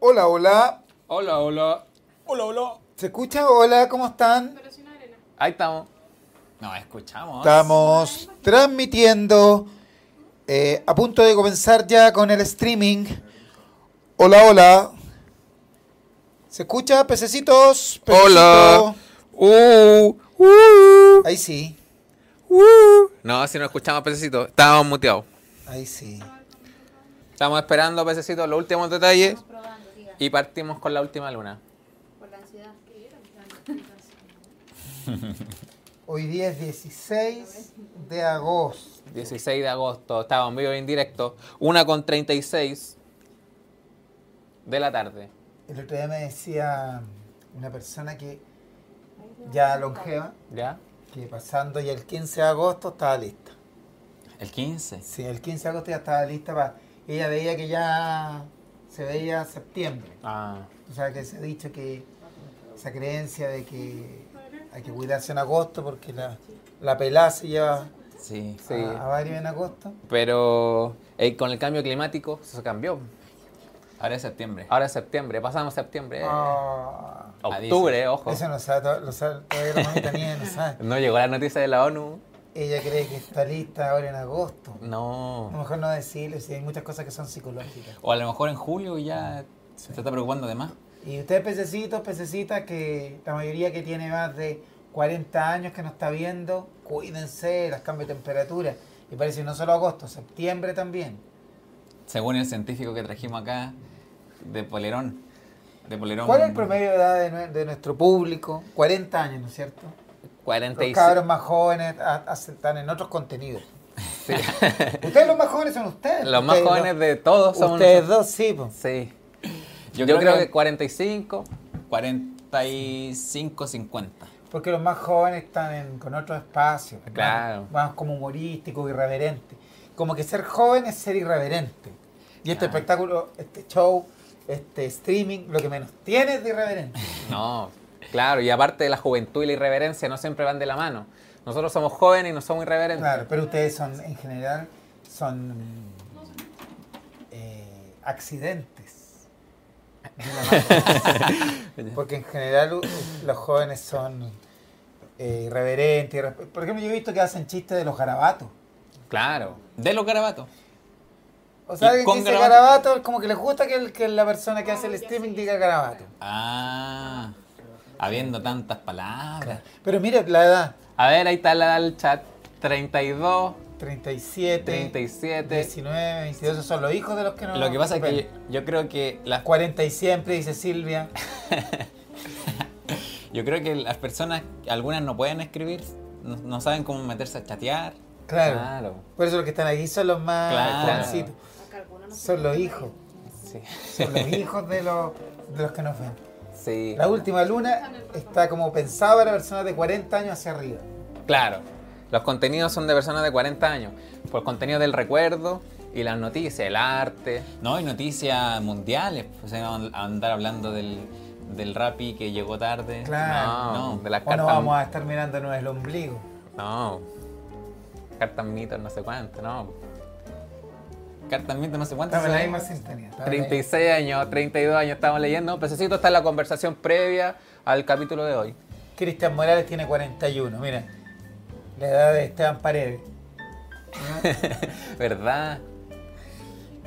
Hola, hola. Hola, hola. Hola, hola. ¿Se escucha? Hola, ¿cómo están? Pero sin arena. Ahí estamos. Nos escuchamos. Estamos transmitiendo, eh, a punto de comenzar ya con el streaming. Hola, hola. ¿Se escucha, pececitos? Pececito. Hola. Uh, uh, Ahí sí, uh. No, si no escuchamos pececito, estábamos muteados. ahí sí. Estamos esperando pececito los últimos detalles Estamos probando, diga. y partimos con la última luna. Por la ansiedad que era. Hoy día es 16 de agosto. 16 de agosto, estábamos en vivo y en directo, 1 con 36 de la tarde. El otro día me decía una persona que ya longeva, ¿Ya? que pasando ya el 15 de agosto estaba lista. El 15. Sí, el 15 de agosto ya estaba lista para... Ella veía que ya se veía septiembre. Ah, O sea, que se ha dicho que esa creencia de que hay que cuidarse en agosto porque la, la pelada se lleva Sí. sí. a, a varios en agosto. Pero eh, con el cambio climático eso cambió. Ahora es septiembre. Ahora es septiembre, pasamos septiembre. eh. Ah, Octubre, ojo. eso no sabe, to- lo sabe todavía la mamita nieve, no sabe. No llegó la noticia de la ONU. Ella cree que está lista ahora en agosto. Mm. A lo No. mejor no decirlo, si hay muchas cosas que son psicológicas. O a lo mejor en julio ya se está preocupando de más. Y ustedes, pececitos, pececitas, que la mayoría que tiene más de 40 años que no está viendo, cuídense de los cambios de temperatura. Y parece no solo agosto, septiembre también. Según el científico que trajimos acá de Polerón. De Polerón. ¿Cuál es el promedio de edad de, nue- de nuestro público? 40 años, ¿no es cierto? Los 45. cabros más jóvenes a- a- están en otros contenidos. ustedes los más jóvenes son ustedes. Los más ustedes jóvenes dos. de todos somos Ustedes nosotros. dos, sí. pues. po. Sí. Yo, Yo creo, creo que... que 45. 45, 50. Porque los más jóvenes están en- con otro espacio. ¿no? Claro. Más como humorístico, irreverente. Como que ser joven es ser irreverente. Y este Claro. espectáculo, este show, este streaming, lo que menos tiene es de irreverente. No, claro. Y aparte de la juventud y la irreverencia no siempre van de la mano. Nosotros somos jóvenes y no somos irreverentes. Claro, pero ustedes son, en general, son eh, accidentes. Porque en general u- los jóvenes son eh, irreverentes. irresp- Por ejemplo, yo he visto que hacen chistes de los garabatos. Claro. De los garabatos. O sea, Y alguien que con dice garabato. garabato, como que les gusta que, el- que la persona que hace el streaming diga garabato. Ah. Habiendo tantas palabras. Pero mira la edad, A ver, ahí está la el chat. 32, 37, 37. 19, 22, esos son los hijos de los que no... Lo que pasa es que ven. yo, yo creo que las 40 y siempre, dice Silvia. yo creo que las personas, algunas no pueden escribir, no, no saben cómo meterse a chatear. Claro. Claro. Por eso los que están aquí son los más Claro. jovencitos. Son los hijos. Sí. Son los hijos de los, de los que nos ven. Sí. La última luna está como pensada para personas de 40 años hacia arriba. Claro. Los contenidos son de personas de 40 años. Por contenido del recuerdo y las noticias, el arte. No, y noticias mundiales. Pues ahí vamos a andar hablando del, del Rappi que llegó tarde. Claro. No, No. de las O Ah, no cartas. vamos a estar mirándonos el ombligo. No. Cartas mitos, no sé cuánto, no. Cartas miento, no sé cuántas. Estamos en la son. misma ¿eh? sintonía. estamos en la- 36 años, 32 años estamos leyendo. Pececito está en la conversación previa al capítulo de hoy. Cristian Morales tiene 41, mira. La edad de Esteban Paredes. ¿Verdad?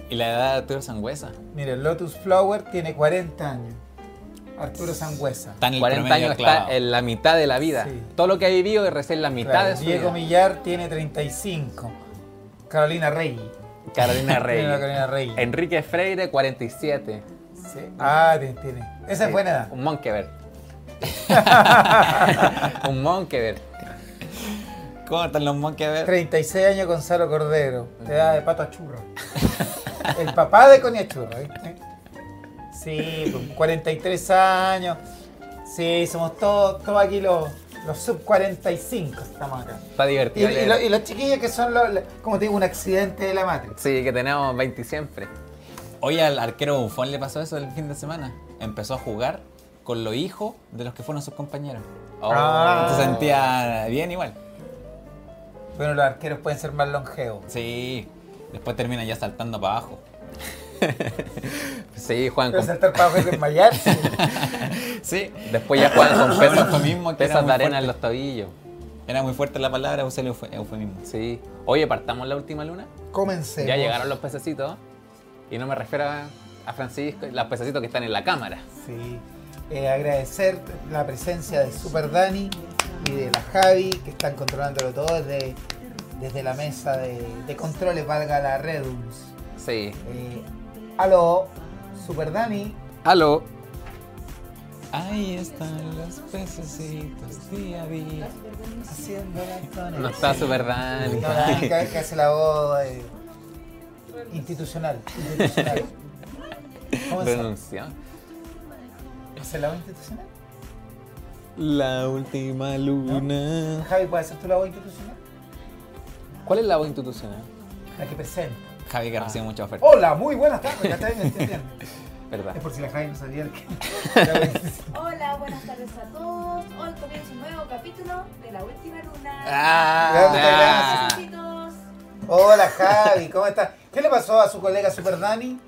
Y la edad de Arturo Sangüesa. Mira, Lotus Flower tiene 40 años. Arturo Sangüesa. Está en el 40 promedio años clavado. está en la mitad de la vida. Sí. Todo lo que ha vivido es recién la mitad Claro, de su Diego vida. Millar tiene 35. Carolina Rey. Carolina Tiene la Reyes. Carolina Rey. Enrique Freire, 47. Sí. Ah, tiene, tiene. Esa es buena edad. Un monkever. un monkever. ¿Cómo están los monjes? A ver. 36 años Gonzalo Cordero. Te da de pato a churro. El papá de Coña Churro, ¿viste? Sí, pues, 43 años. Sí, somos todos, todos aquí los, los sub 45 estamos acá. Está Y, divertido. y lo- y los chiquillos que son, los, los- como te digo, un accidente de la matriz. Sí, que tenemos 20 siempre. Hoy al arquero Bufón le pasó eso el fin de semana. Empezó a jugar con los hijos de los que fueron sus compañeros. Oh, Ah. Se sentía bien igual. Bueno, los arqueros pueden ser más longevos. Sí. Después termina ya saltando para abajo. Sí, juegan Pero con saltar para abajo y desmayarse. Sí. Después ya juegan con Bueno, pesas, esto mismo que era pesas de muy arena en fuerte. los tobillos. Era muy fuerte la palabra, usé el eufo- eufemismo. Sí. Oye, partamos la última luna. Comencemos. Ya llegaron los pececitos. Y no me refiero a, a Francisco, los pececitos que están en la cámara. Sí. Eh, agradecer la presencia de Super Dani y de la Javi, que están controlándolo todo desde, desde la mesa de, de controles, valga la Redums. Sí. Eh, aló, Super Dani. Aló. Ahí están los pececitos día a día. Haciendo la conexión. No está súper Dani. No, Dani, que que hace la voz eh, institucional. institucional. ¿Cómo se llama? Renunció. ¿Hace la voz institucional? La última luna. Javi, ¿puedes hacer tu la voz institucional? ¿Cuál es la voz institucional? La que presenta. Javi que Ah. recibe mucha oferta. Hola, muy buenas tardes. Ya te entienden. ¿Verdad? Es por si la Javi no sabía el que. la voz institucional. Hola, buenas tardes a todos. Hoy comienza un nuevo capítulo de la última luna. Ah, Gracias, Besitos. Hola, Javi, ¿cómo estás? ¿Qué le pasó a su colega Super Dani?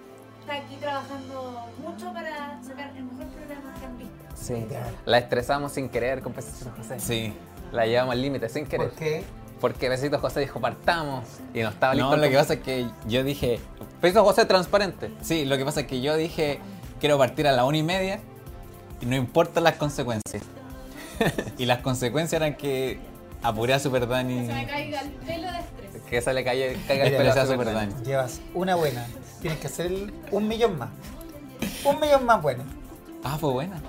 Está aquí trabajando mucho para sacar el mejor programa que han visto. Sí. La estresamos sin querer con Pececitos José. Sí. La llevamos al límite sin querer. ¿Por qué? Porque Pececitos José dijo partamos. Y no estaba listo. No, el lo que pasa es que yo dije. pues, Pececitos José transparente. Sí, lo que pasa es que yo dije quiero partir a la una y media y no importan las consecuencias. y las consecuencias eran que apuré a Super Dani. Se me caiga el pelo de estrés. Que se le caiga, caiga el Mira, pelo esa a es Super verdad. Dani. Llevas una buena. Tienes que hacer el- un millón más. Un millón más bueno. Ah, fue buena.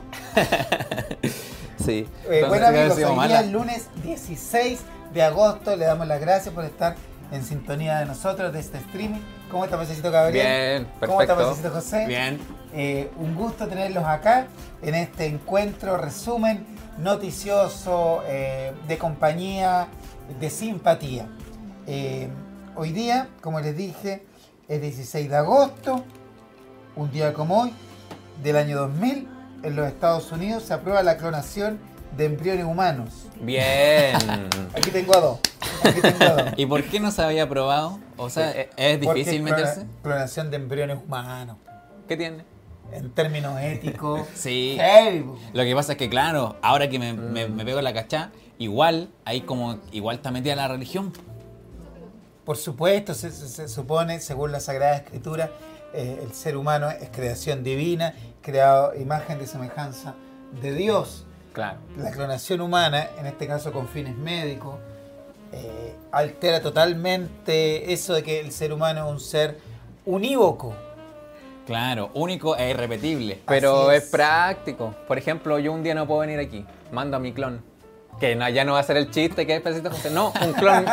Sí. Eh, Entonces, bueno debe haber amigos, sido hoy día mala. el lunes 16 de agosto le damos las gracias por estar en sintonía de nosotros, de este streaming. ¿Cómo está Pasecito Gabriel? Bien, ¿Cómo está Pasecito perfecto. José? Bien. Eh, un gusto tenerlos acá en este encuentro, resumen noticioso, eh, de compañía, de simpatía. Eh, hoy día, como les dije, es 16 de agosto, un día como hoy, del año 2000, en los Estados Unidos se aprueba la clonación de embriones humanos. Bien. Aquí tengo a dos. Aquí tengo a dos. ¿Y por qué no se había probado? O sea, ¿e-, Eh, ¿es Porque difícil clona- meterse? Clonación de embriones humanos. ¿Qué tiene? En términos éticos. Sí. ¿Eh? heavy, po. Lo que pasa es que, claro, ahora que me, me- Mm. me pego la cachá, igual, ahí como, igual está metida la religión. Por supuesto, se, se- se supone, según la Sagrada Escritura, eh, el ser humano es creación divina, creado imagen de semejanza de Dios. Claro. La clonación humana, en este caso con fines médicos, eh, altera totalmente eso de que el ser humano es un ser unívoco. Claro, único e irrepetible. Pero Así es. es. práctico. Por ejemplo, yo un día no puedo venir aquí. Mando a mi clon. Que no, ya no va a ser el chiste que es Pececitos José. No, un clon.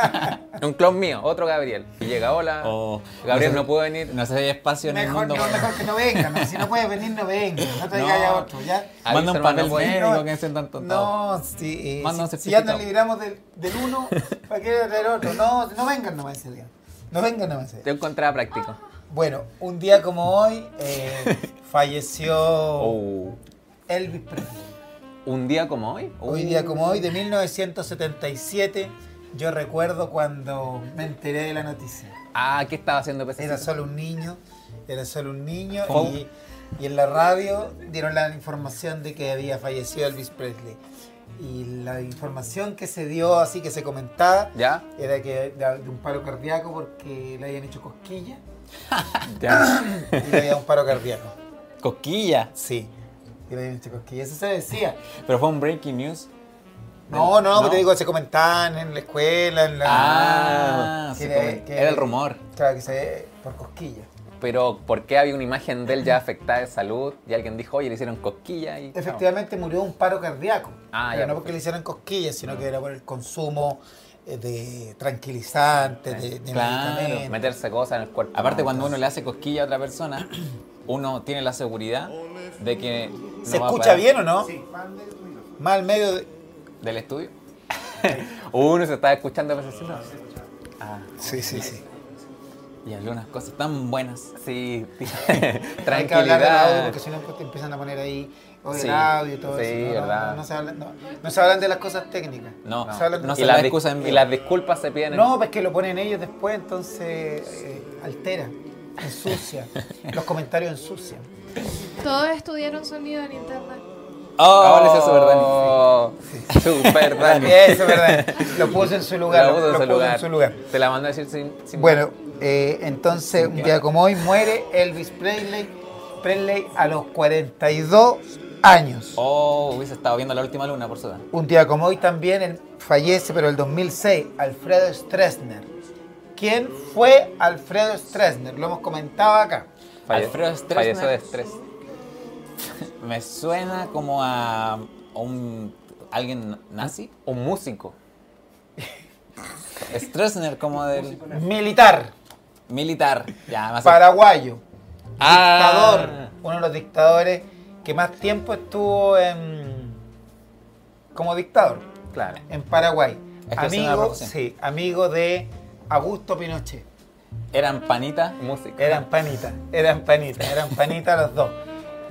un clon mío, otro Gabriel. Y llega, hola. O- Gabriel Oh, sé- no pudo venir. No sé si hay espacio en el Mejor, mundo. no, para- mejor que no venga, ¿no? si no puedes venir, no venga, no traigas a otro, ¿ya? Manda un Avísame, papel no voy. médico No, que sean tan tontos. No, si, eh, Manda un si- si ya certificado. nos libramos del, del uno, ¿para qué del otro? No, no vengan nomás ese día. No vengan nomás ese día. Yo encontraba práctico. Bueno, un día como hoy eh, falleció Oh. Elvis Presley. Un día como hoy. Hoy Uh. día como hoy, de 1977, yo recuerdo cuando me enteré de la noticia. Ah, ¿qué estaba haciendo Era Pececitos? solo un niño, era solo un niño Fue y, y en la radio dieron la información de que había fallecido Elvis Presley. Y la información que se dio, así que se comentaba, ¿Ya? era que de de un paro cardíaco porque le habían hecho cosquilla Ya. y le había dado un paro cardíaco. Cosquilla. Sí. Y le habían hecho cosquilla. Eso se decía. Pero fue un breaking news. No, no, ¿No? te digo, se comentaban en la escuela, en la. Ah, que se le- comentó. que- era el rumor. Claro, que se. por cosquillas. Pero, ¿por qué había una imagen de él ya afectada de salud? Y alguien dijo, oye, le hicieron cosquilla y. Efectivamente murió de un paro cardíaco. Ah, pero ya, no porque le hicieran cosquillas, sino que era por el consumo eh, de tranquilizantes, de, de Claro, medicamentos. Meterse cosas en el cuerpo. Aparte, cuando uno le hace cosquilla a otra persona, uno tiene la seguridad de que. no ¿Se va a escucha parar. bien o no? Sí. Mal medio. de- Del estudio. Uno se está escuchando pececitos. Sí, sí, sí. Y habló unas cosas tan buenas. Sí, Hay que hablar del audio tranquilidad. porque si no pues, te empiezan a poner ahí o del Sí, audio y todo sí, eso. No, no, verdad. No, no se hablan, no, no se hablan de las cosas técnicas. No, se hablan de no las se y, la las excusa en dis- vivo. y las disculpas se piden en- No, pues que lo ponen ellos después, entonces eh, altera. Ensucia. Los comentarios ensucian. Todos estudiaron sonido en internet. Ah, Ahora es eso, ¿verdad? Super Dani. Eso es verdad. Lo puso en su lugar. La puso en lo su puso lugar. en su lugar. Te la mando a decir sin. sin- Bueno, eh, entonces, un día como hoy, muere Elvis Presley, Presley a los 42 años. Oh, hubiese estado viendo la última luna, por suerte. Un día como hoy también el- fallece, pero el 2006, Alfredo Stroessner. ¿Quién fue Alfredo Stroessner? Lo hemos comentado acá. Falle- Alfredo Stroessner. Falleció de estrés. Me suena como a, a un alguien nazi. Un músico. Stroessner, como del Militar, militar. Ya, más paraguayo, Ah. dictador, uno de los dictadores que más tiempo estuvo en- como dictador Claro. en Paraguay. Ejerciendo la Amigo, profesión. sí, amigo de Augusto Pinochet. Eran panitas. Músico. Eran panitas, eran panitas, eran panitas los dos.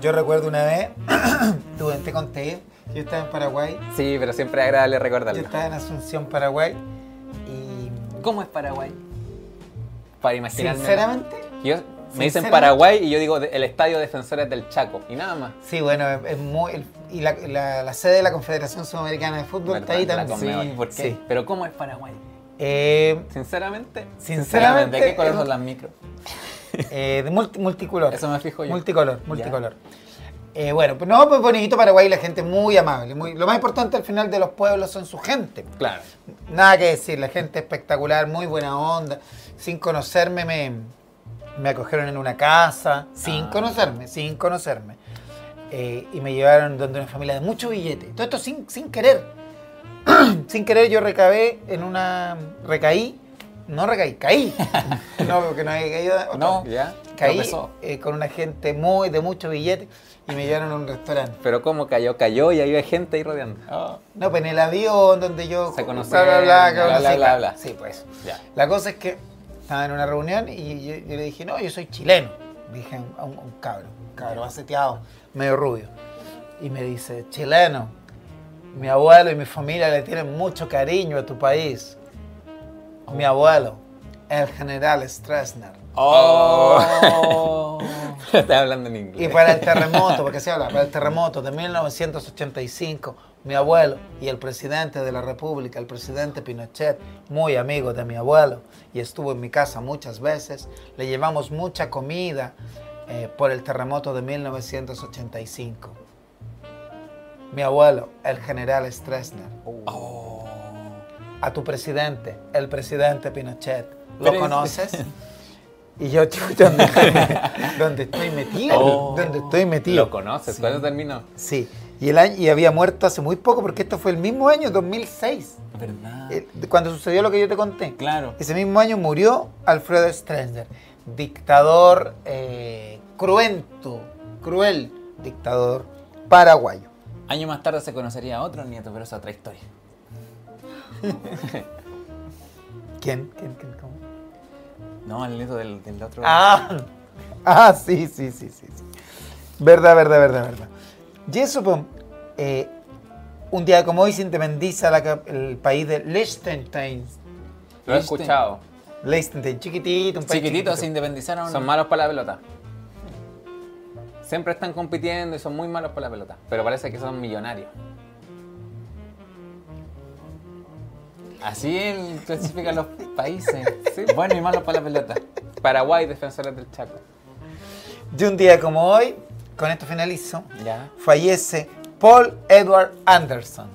Yo recuerdo una vez, tú te conté, yo estaba en Paraguay, Sí, pero siempre es agradable yo recordarlo. estaba en Asunción, Paraguay, y ¿Cómo es Paraguay? Para imaginarme. sinceramente, Yo, me dicen Sinceramente. Paraguay y yo digo de- el estadio Defensores del Chaco. Y nada más. sí, bueno, es- es muy, el- y la, la- la sede de la Confederación Sudamericana de Fútbol está ahí ¿Verdad? La también. Conmebol. Sí, ¿por qué? Sí. Pero ¿cómo es Paraguay? Eh, Sinceramente. sinceramente, ¿De qué color es son un- las micro? eh, de multi- multicolor. Eso me fijo yo. Multicolor, multicolor. Eh, bueno, pues no, pues bonito Paraguay, la gente es muy amable. Muy, lo más importante al final de los pueblos son su gente. Claro. Nada que decir, la gente espectacular, muy buena onda. Sin conocerme me, me acogieron en una casa, sin Ah. conocerme, sin conocerme. Eh, y me llevaron donde una familia de mucho billete. Todo esto sin, sin querer. sin querer yo recabé en una... Recaí. No recaí, caí. no, porque no había caído. otra No, vez. ¿Ya? Caí tropezó. eh, con una gente muy de mucho billete y me llevaron a un restaurante. Pero ¿cómo cayó? Cayó y ahí hay gente ahí rodeando. Oh, No, pues en el avión donde yo... Bla, bla, Se bla, conocieron, que bla, conocí, bla, bla, claro. bla. Sí, pues. ya. La cosa es que estaba en una reunión y yo, yo le dije, no, yo soy chileno. Dije a un, a un- a un cabro, un cabro aseteado, medio rubio. Y me dice, chileno, mi abuelo y mi familia le tienen mucho cariño a tu país. Mi abuelo, el general Stroessner. Oh. Estaba hablando en Y inglés. para el terremoto, porque se habla, para el terremoto de 1985, mi abuelo y el presidente de la República, el presidente Pinochet, muy amigo de mi abuelo, y estuvo en mi casa muchas veces, le llevamos mucha comida eh, por el terremoto de 1985. Mi abuelo, el general Stroessner, Ah. Oh. a tu presidente, el presidente Pinochet, ¿lo Pero- conoces? Y yo, chuta, ¿dónde, dónde estoy metido? Oh. ¿Dónde estoy metido? ¿Lo conoces? Sí. ¿Cuándo terminó? Sí, y, el año, y había muerto hace muy poco, porque esto fue el mismo año, 2006, ¿Verdad? eh, cuando sucedió lo que yo te conté. Claro. Ese mismo año murió Alfredo Stroessner, dictador eh, cruento, cruel dictador paraguayo. Años más tarde se conocería a otro nieto, pero es otra historia. ¿Quién? ¿Quién? ¿Quién? ¿Cómo? No, el nieto del, del otro. Ah, ah, sí, sí, sí, sí. sí. Verdad, verdad, verdad, verdad. Y eso, pues, eh, un día como hoy se independiza la cap- el país de Liechtenstein. Lo he Viste. escuchado. Liechtenstein, chiquitito, un país Chiquititos pues, se chiquitito. independizaron. Son malos para la pelota. Siempre están compitiendo y son muy malos para la pelota. Pero parece que son millonarios. Así él clasifica los países. Sí, Bueno y malo para la pelota. Paraguay, defensores del Chaco. Y un día como hoy, con esto finalizo, Ya. fallece Paul Edward Anderson.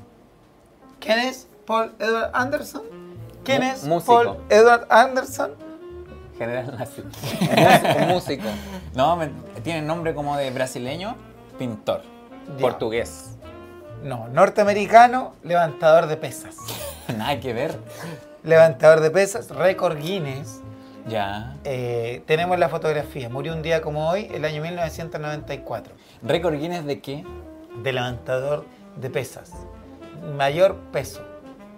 ¿Quién es Paul Edward Anderson? ¿Quién Mu- es músico. Paul Edward Anderson? General nazi. Un músico. No, me- tiene nombre como de brasileño, pintor. Ya. Portugués. No, norteamericano, levantador de pesas. Nada que ver. Levantador de pesas, récord Guinness. Ya. Eh, tenemos la fotografía. Murió un día como hoy, el año 1994. ¿Récord Guinness de qué? De levantador de pesas. Mayor peso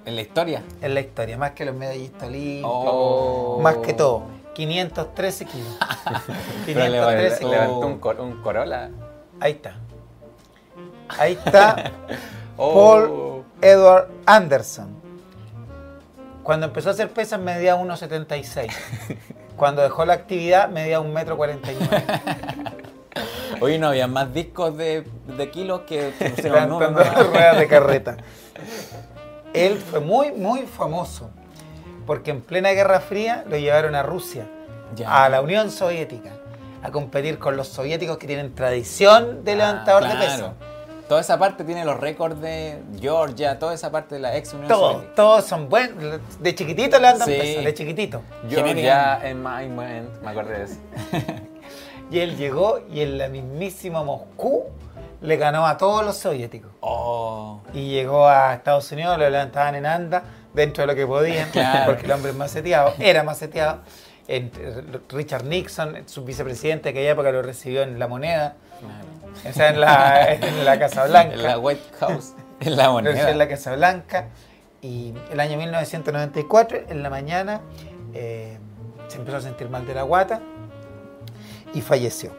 En la historia. en la historia, más que los medallistas olímpicos. Oh. Más que todo, 513 kilos. Pero le vale- 513 Oh. kilos. Levantó un, cor- un Corolla. Ahí está. Ahí está Oh. Paul Edward Anderson. Cuando empezó a hacer pesas medía 1,76. Cuando dejó la actividad medía un metro cuarenta y nueve. Hoy no había más discos de, de kilos que que no sé, Eran no, tantas no, no. ruedas de carreta. Él fue muy, muy famoso porque en plena Guerra Fría lo llevaron a Rusia, Ya. a la Unión Soviética, a competir con los soviéticos que tienen tradición de levantador Ah, de claro. peso. Toda esa parte tiene los récords de Georgia, toda esa parte de la ex Unión Todos, Soviética. todos son buenos. De chiquitito levantan Sí. peso, de chiquitito. Yo Genérica. ya en my mind, me acordé de eso. Y él llegó y en la mismísima Moscú le ganó a todos los soviéticos. Oh, Y llegó a Estados Unidos, lo levantaban en anda, dentro de lo que podían, Claro. porque el hombre es maceteado, era maceteado. En- Richard Nixon, su vicepresidente de aquella época, lo recibió en La Moneda, claro. o sea, en la, en la Casa Blanca. En la White House, en la Lo recibió moneda. en la Casa Blanca. Y el año 1994, en la mañana, eh, se empezó a sentir mal de la guata y falleció.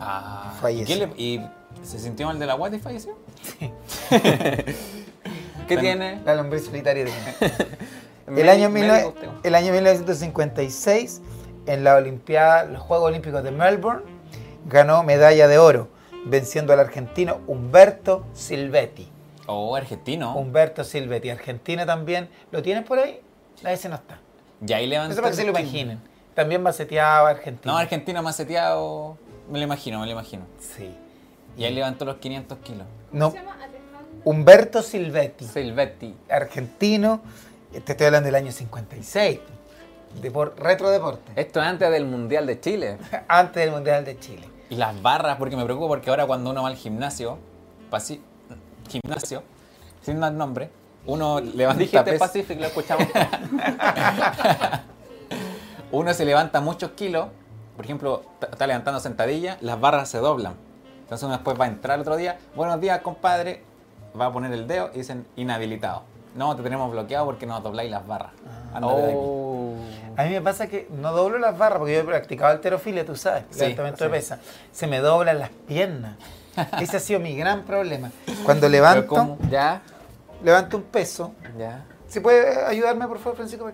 Ah, Falleció. ¿qué le- ¿Y se sintió mal de la guata y falleció? ¿Qué tiene? La lombriz solitaria tenía. El Médico- año, mil- médico usted. el año 1956, en la Olimpiada, los Juegos Olímpicos de Melbourne, ganó medalla de oro, venciendo al argentino Humberto Silvetti. Oh, argentino. Humberto Silvetti, Argentina también. ¿Lo tienes por ahí? No, ese no está. Y ahí levantó. Eso para que se lo imaginen. También maceteaba Argentina. No, argentino maceteado. Me lo imagino, me lo imagino. Sí. Y ahí levantó los 500 kilos. No, Se llama Alejandro. Humberto Silvetti, Silvetti. argentino. Te estoy hablando del año 56. Depor- retrodeporte. Esto es antes del Mundial de Chile. Antes del Mundial de Chile. Y las barras, porque me preocupa porque ahora cuando uno va al gimnasio, pasi- gimnasio, sin dar nombre, uno levanta Dijiste pes- Pacific, lo escuchamos. uno se levanta muchos kilos, por ejemplo, t- está levantando sentadilla, las barras se doblan. Entonces uno después va a entrar el otro día, buenos días compadre, va a poner el dedo y dicen inhabilitado. No, te tenemos bloqueado porque nos dobláis las barras. Ah. Ándate de aquí. Oh. A mí me pasa que no doblo las barras porque yo he practicado alterofilia, tú sabes, Sí, levantamiento de sí. pesa. Se me doblan las piernas. Ese ha sido mi gran problema. Cuando Pero ¿cómo? levanto, Ya, levanto un peso, ya. ¿se puede ayudarme por favor, Francisco?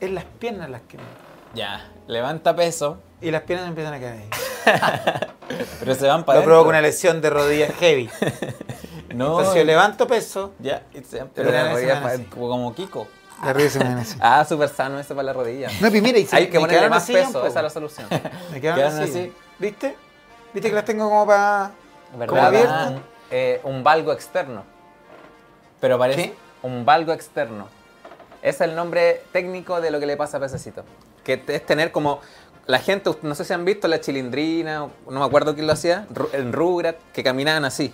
Es las piernas las que me... Ya, levanta peso, Y las piernas me empiezan a caer. pero se van para Lo provoca una lesión de rodillas heavy. No, Entonces yo levanto peso, ya, y se van Pero para la adentro. rodilla para- Como- como Kiko. las rodillas se me ven así. Ah, súper sano eso para la rodilla. No, y mira, y se Hay que me ponerle quedaron más así ya un peso, pues. poco. esa es la solución. Me quedaron, Quedaron así. así. ¿Viste? ¿Viste que las tengo como para... ¿Cómo ¿Verdad? abierto? Eh, un valgo externo. Pero parece. Un valgo externo. Es el nombre técnico de lo que le pasa a Pececito. Que te- es tener como. La gente, no sé si han visto la chilindrina, o- no me acuerdo quién lo hacía, Ru- en Rugrat, que caminaban así.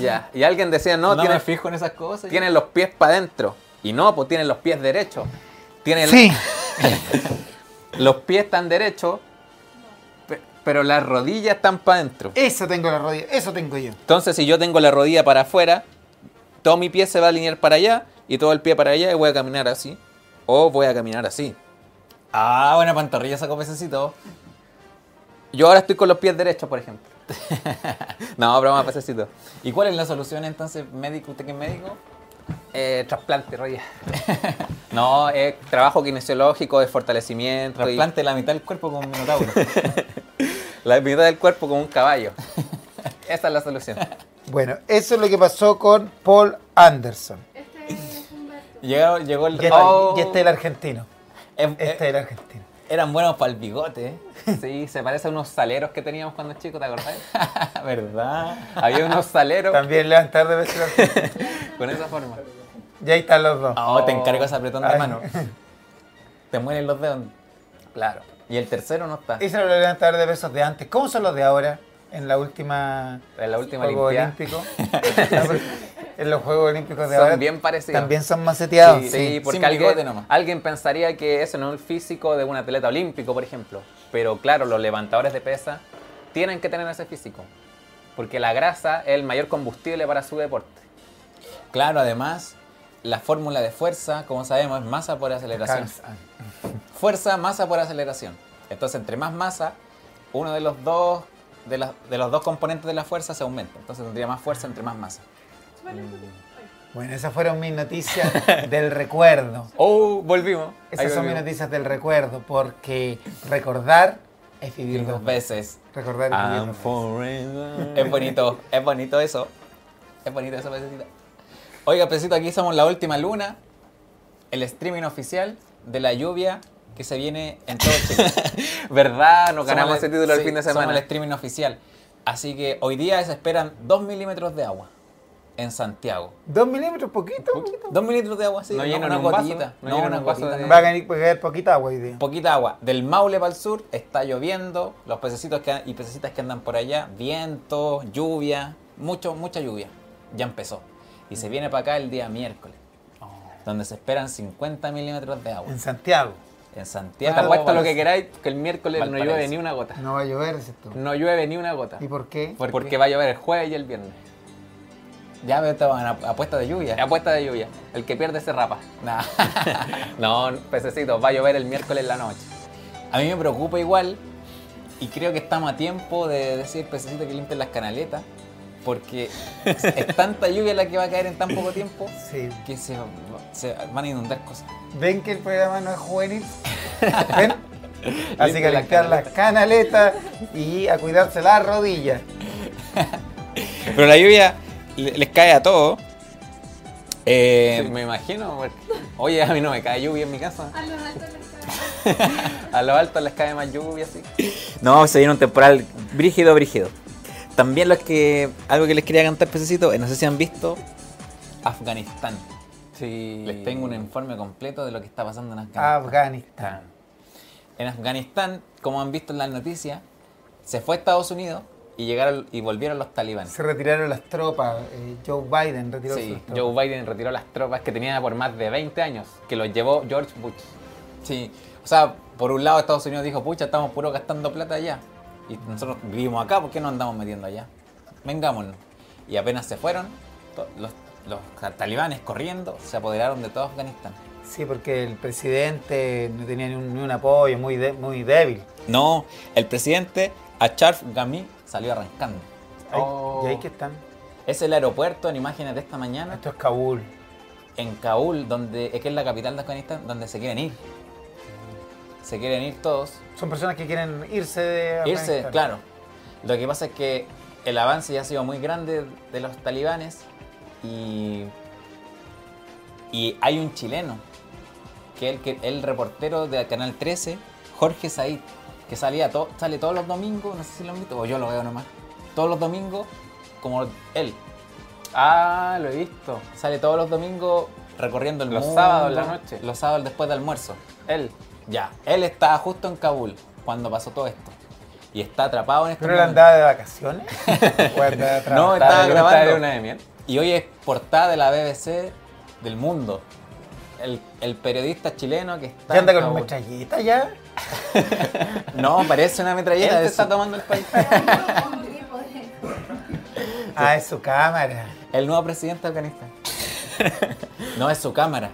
ya. Y alguien decía, no, No, tiene me fijo en esas cosas. tienen los pies para adentro. Y no, pues tienen los pies derechos. Tienen Sí. los pies están derechos, pe- pero las rodillas están para adentro. Eso tengo las rodillas, eso tengo yo. Entonces, si yo tengo la rodilla para afuera, todo mi pie se va a alinear para allá y todo el pie para allá y voy a caminar así. O voy a caminar así. Ah, buena pantorrilla sacó pececito. Yo ahora estoy con los pies derechos, por ejemplo. no, broma, pasecito. ¿Y cuál es la solución entonces, médico? ¿Usted que es médico? Eh, trasplante, rodilla. no, es trabajo kinesiológico, de fortalecimiento. y- Trasplante la mitad del cuerpo con un minotauro. La mitad del cuerpo como un caballo. Esa es la solución. Bueno, eso es lo que pasó con Paul Anderson. Este es Humberto. llegó, llegó el Y este, Oh, y este es el argentino. eh, eh, Este es el argentino. Eran buenos para el bigote, ¿eh? Sí, se parece a unos saleros que teníamos cuando chicos, ¿te acordás? ¿verdad? Había unos saleros También levantar de vez en cuando. con esa forma. Y ahí están los dos. Ah. Oh, te encargo ese apretón de Ay. mano. Te mueren los dedos. Claro. Y el tercero no está. Ese era el levantador de pesos de antes. ¿Cómo son los de ahora? En la última En la última Juego limpiada. Olímpico. No, pero en los Juegos Olímpicos de Son ahora. bien parecidos. También son maceteados. Sí, sí, porque sin bigote alguien, nomás. alguien pensaría que eso no es el físico de un atleta olímpico, por ejemplo. Pero claro, los levantadores de pesa tienen que tener ese físico. Porque la grasa es el mayor combustible para su deporte. Claro, además, la fórmula de fuerza, como sabemos, es masa por aceleración. Cansan. Fuerza, masa por aceleración. Entonces, entre más masa, uno de los dos de, las- de los dos componentes de la fuerza se aumenta. Entonces tendría más fuerza entre más masa. Bueno, bueno. Bueno, esas fueron mis noticias del recuerdo. Oh, volvimos. Ahí Esas son mis volvimos. noticias del recuerdo, porque recordar es vivir dos Dos veces. veces. Recordar es Ah, vivir I'm dos veces. forever. Es bonito, es bonito eso. Es bonito eso, pececita. Oiga, pececito, aquí somos la última luna. El streaming oficial de la lluvia que se viene en todo Chile. ¿Verdad? Nos Somos ganamos la- ese título el sí, fin de Somos el semana. streaming oficial. Así que hoy día se esperan 2 milímetros de agua en Santiago. ¿Dos milímetros? ¿Poquito? poquito. 2 milímetros de agua, sí. No una- llenan una un vaso, gotita. no No, llenan una un vaso gotita. de- no. Va a caer- va a caer poquita agua hoy día. Poquita agua. Del Maule para el sur está lloviendo. Los pececitos que, y pececitas que andan por allá. Viento, lluvia. Mucho, mucha lluvia. Ya empezó. Y se viene para acá el día miércoles. Oh. Donde se esperan 50 milímetros de agua. En Santiago. En Te Santiago. apuesto lo Valparaíso. que queráis que el miércoles no Valparaíso. llueve ni una gota. No va a llover, dices tú. No llueve ni una gota. ¿Y por qué? ¿Por Porque qué? va a llover el jueves y el viernes. Ya veo estaban apuesta de lluvia. Apuesta de lluvia. El que pierde se rapa. Nah. pues, No, pececito, va a llover el miércoles en la noche. A mí me preocupa igual y creo que estamos a tiempo de decir pececito que limpien las canaletas porque es tanta lluvia la que va a caer en tan poco tiempo Sí. que se, se van a inundar cosas. ¿Ven que el programa no es juvenil? ¿Ven? Así que Limpia a la limpiar las canaletas y a cuidarse las rodillas. Pero la lluvia le- les cae a todos. Eh, Sí, me imagino, porque- oye, a mí no me cae lluvia en mi casa. A los altos les cae. A los altos les cae más lluvia, sí. No, se viene un temporal brígido, brígido. También los que. Algo que les quería cantar, pececito, eh, no sé si han visto. Afganistán. Sí. Les tengo un informe completo de lo que está pasando en Afganistán. Afganistán. Afganistán. En Afganistán, como han visto en las noticias, se fue a Estados Unidos y llegaron y volvieron los talibanes. Se retiraron las tropas. eh, Joe Biden retiró Sí, sus tropas. Joe Biden retiró las tropas que tenía por más de 20 años, que los llevó George Bush. Sí, o sea, por un lado Estados Unidos dijo, pucha, estamos puro gastando plata allá. Y nosotros vivimos acá, ¿por qué no andamos metiendo allá? Vengámonos. Y apenas se fueron, to- los, los talibanes corriendo se apoderaron de todo Afganistán. Sí, porque el presidente no tenía ni un, ni un apoyo, muy, de- muy débil. No, el presidente Acharf Ghani salió arrancando. Ay, Oh. Y ahí que están. Es el aeropuerto, en imágenes de esta mañana, Esto es Kabul. en Kabul, donde, es que es la capital de Afganistán, donde se quieren ir. Se quieren ir todos. Son personas que quieren irse de Irse, Afganistán. claro. Lo que pasa es que el avance ya ha sido muy grande de los talibanes y, y hay un chileno, que es el, que, el reportero de Canal 13, Jorge Said, que salía to- sale todos los domingos, no sé si lo han visto, o yo lo veo nomás, todos los domingos como él, Ah, lo he visto. sale todos los domingos recorriendo el Los mundo. sábados en la noche. Los sábados después del almuerzo. Él. Ya, él estaba justo en Kabul cuando pasó todo esto. Y está atrapado en este ¿Pero él andaba de vacaciones? Pues, ¿O andaba No, no, estaba de luna- grabando. de luna de miel. Y hoy es portada de la BBC del mundo. El, el periodista chileno que está. ¿Qué anda en con Kabul. metralleta ya? No, parece una Él metralleta. se es Este su- está tomando el país. Un tipo de- Ah, es su cámara. El nuevo presidente de Afganistán. no, es su cámara.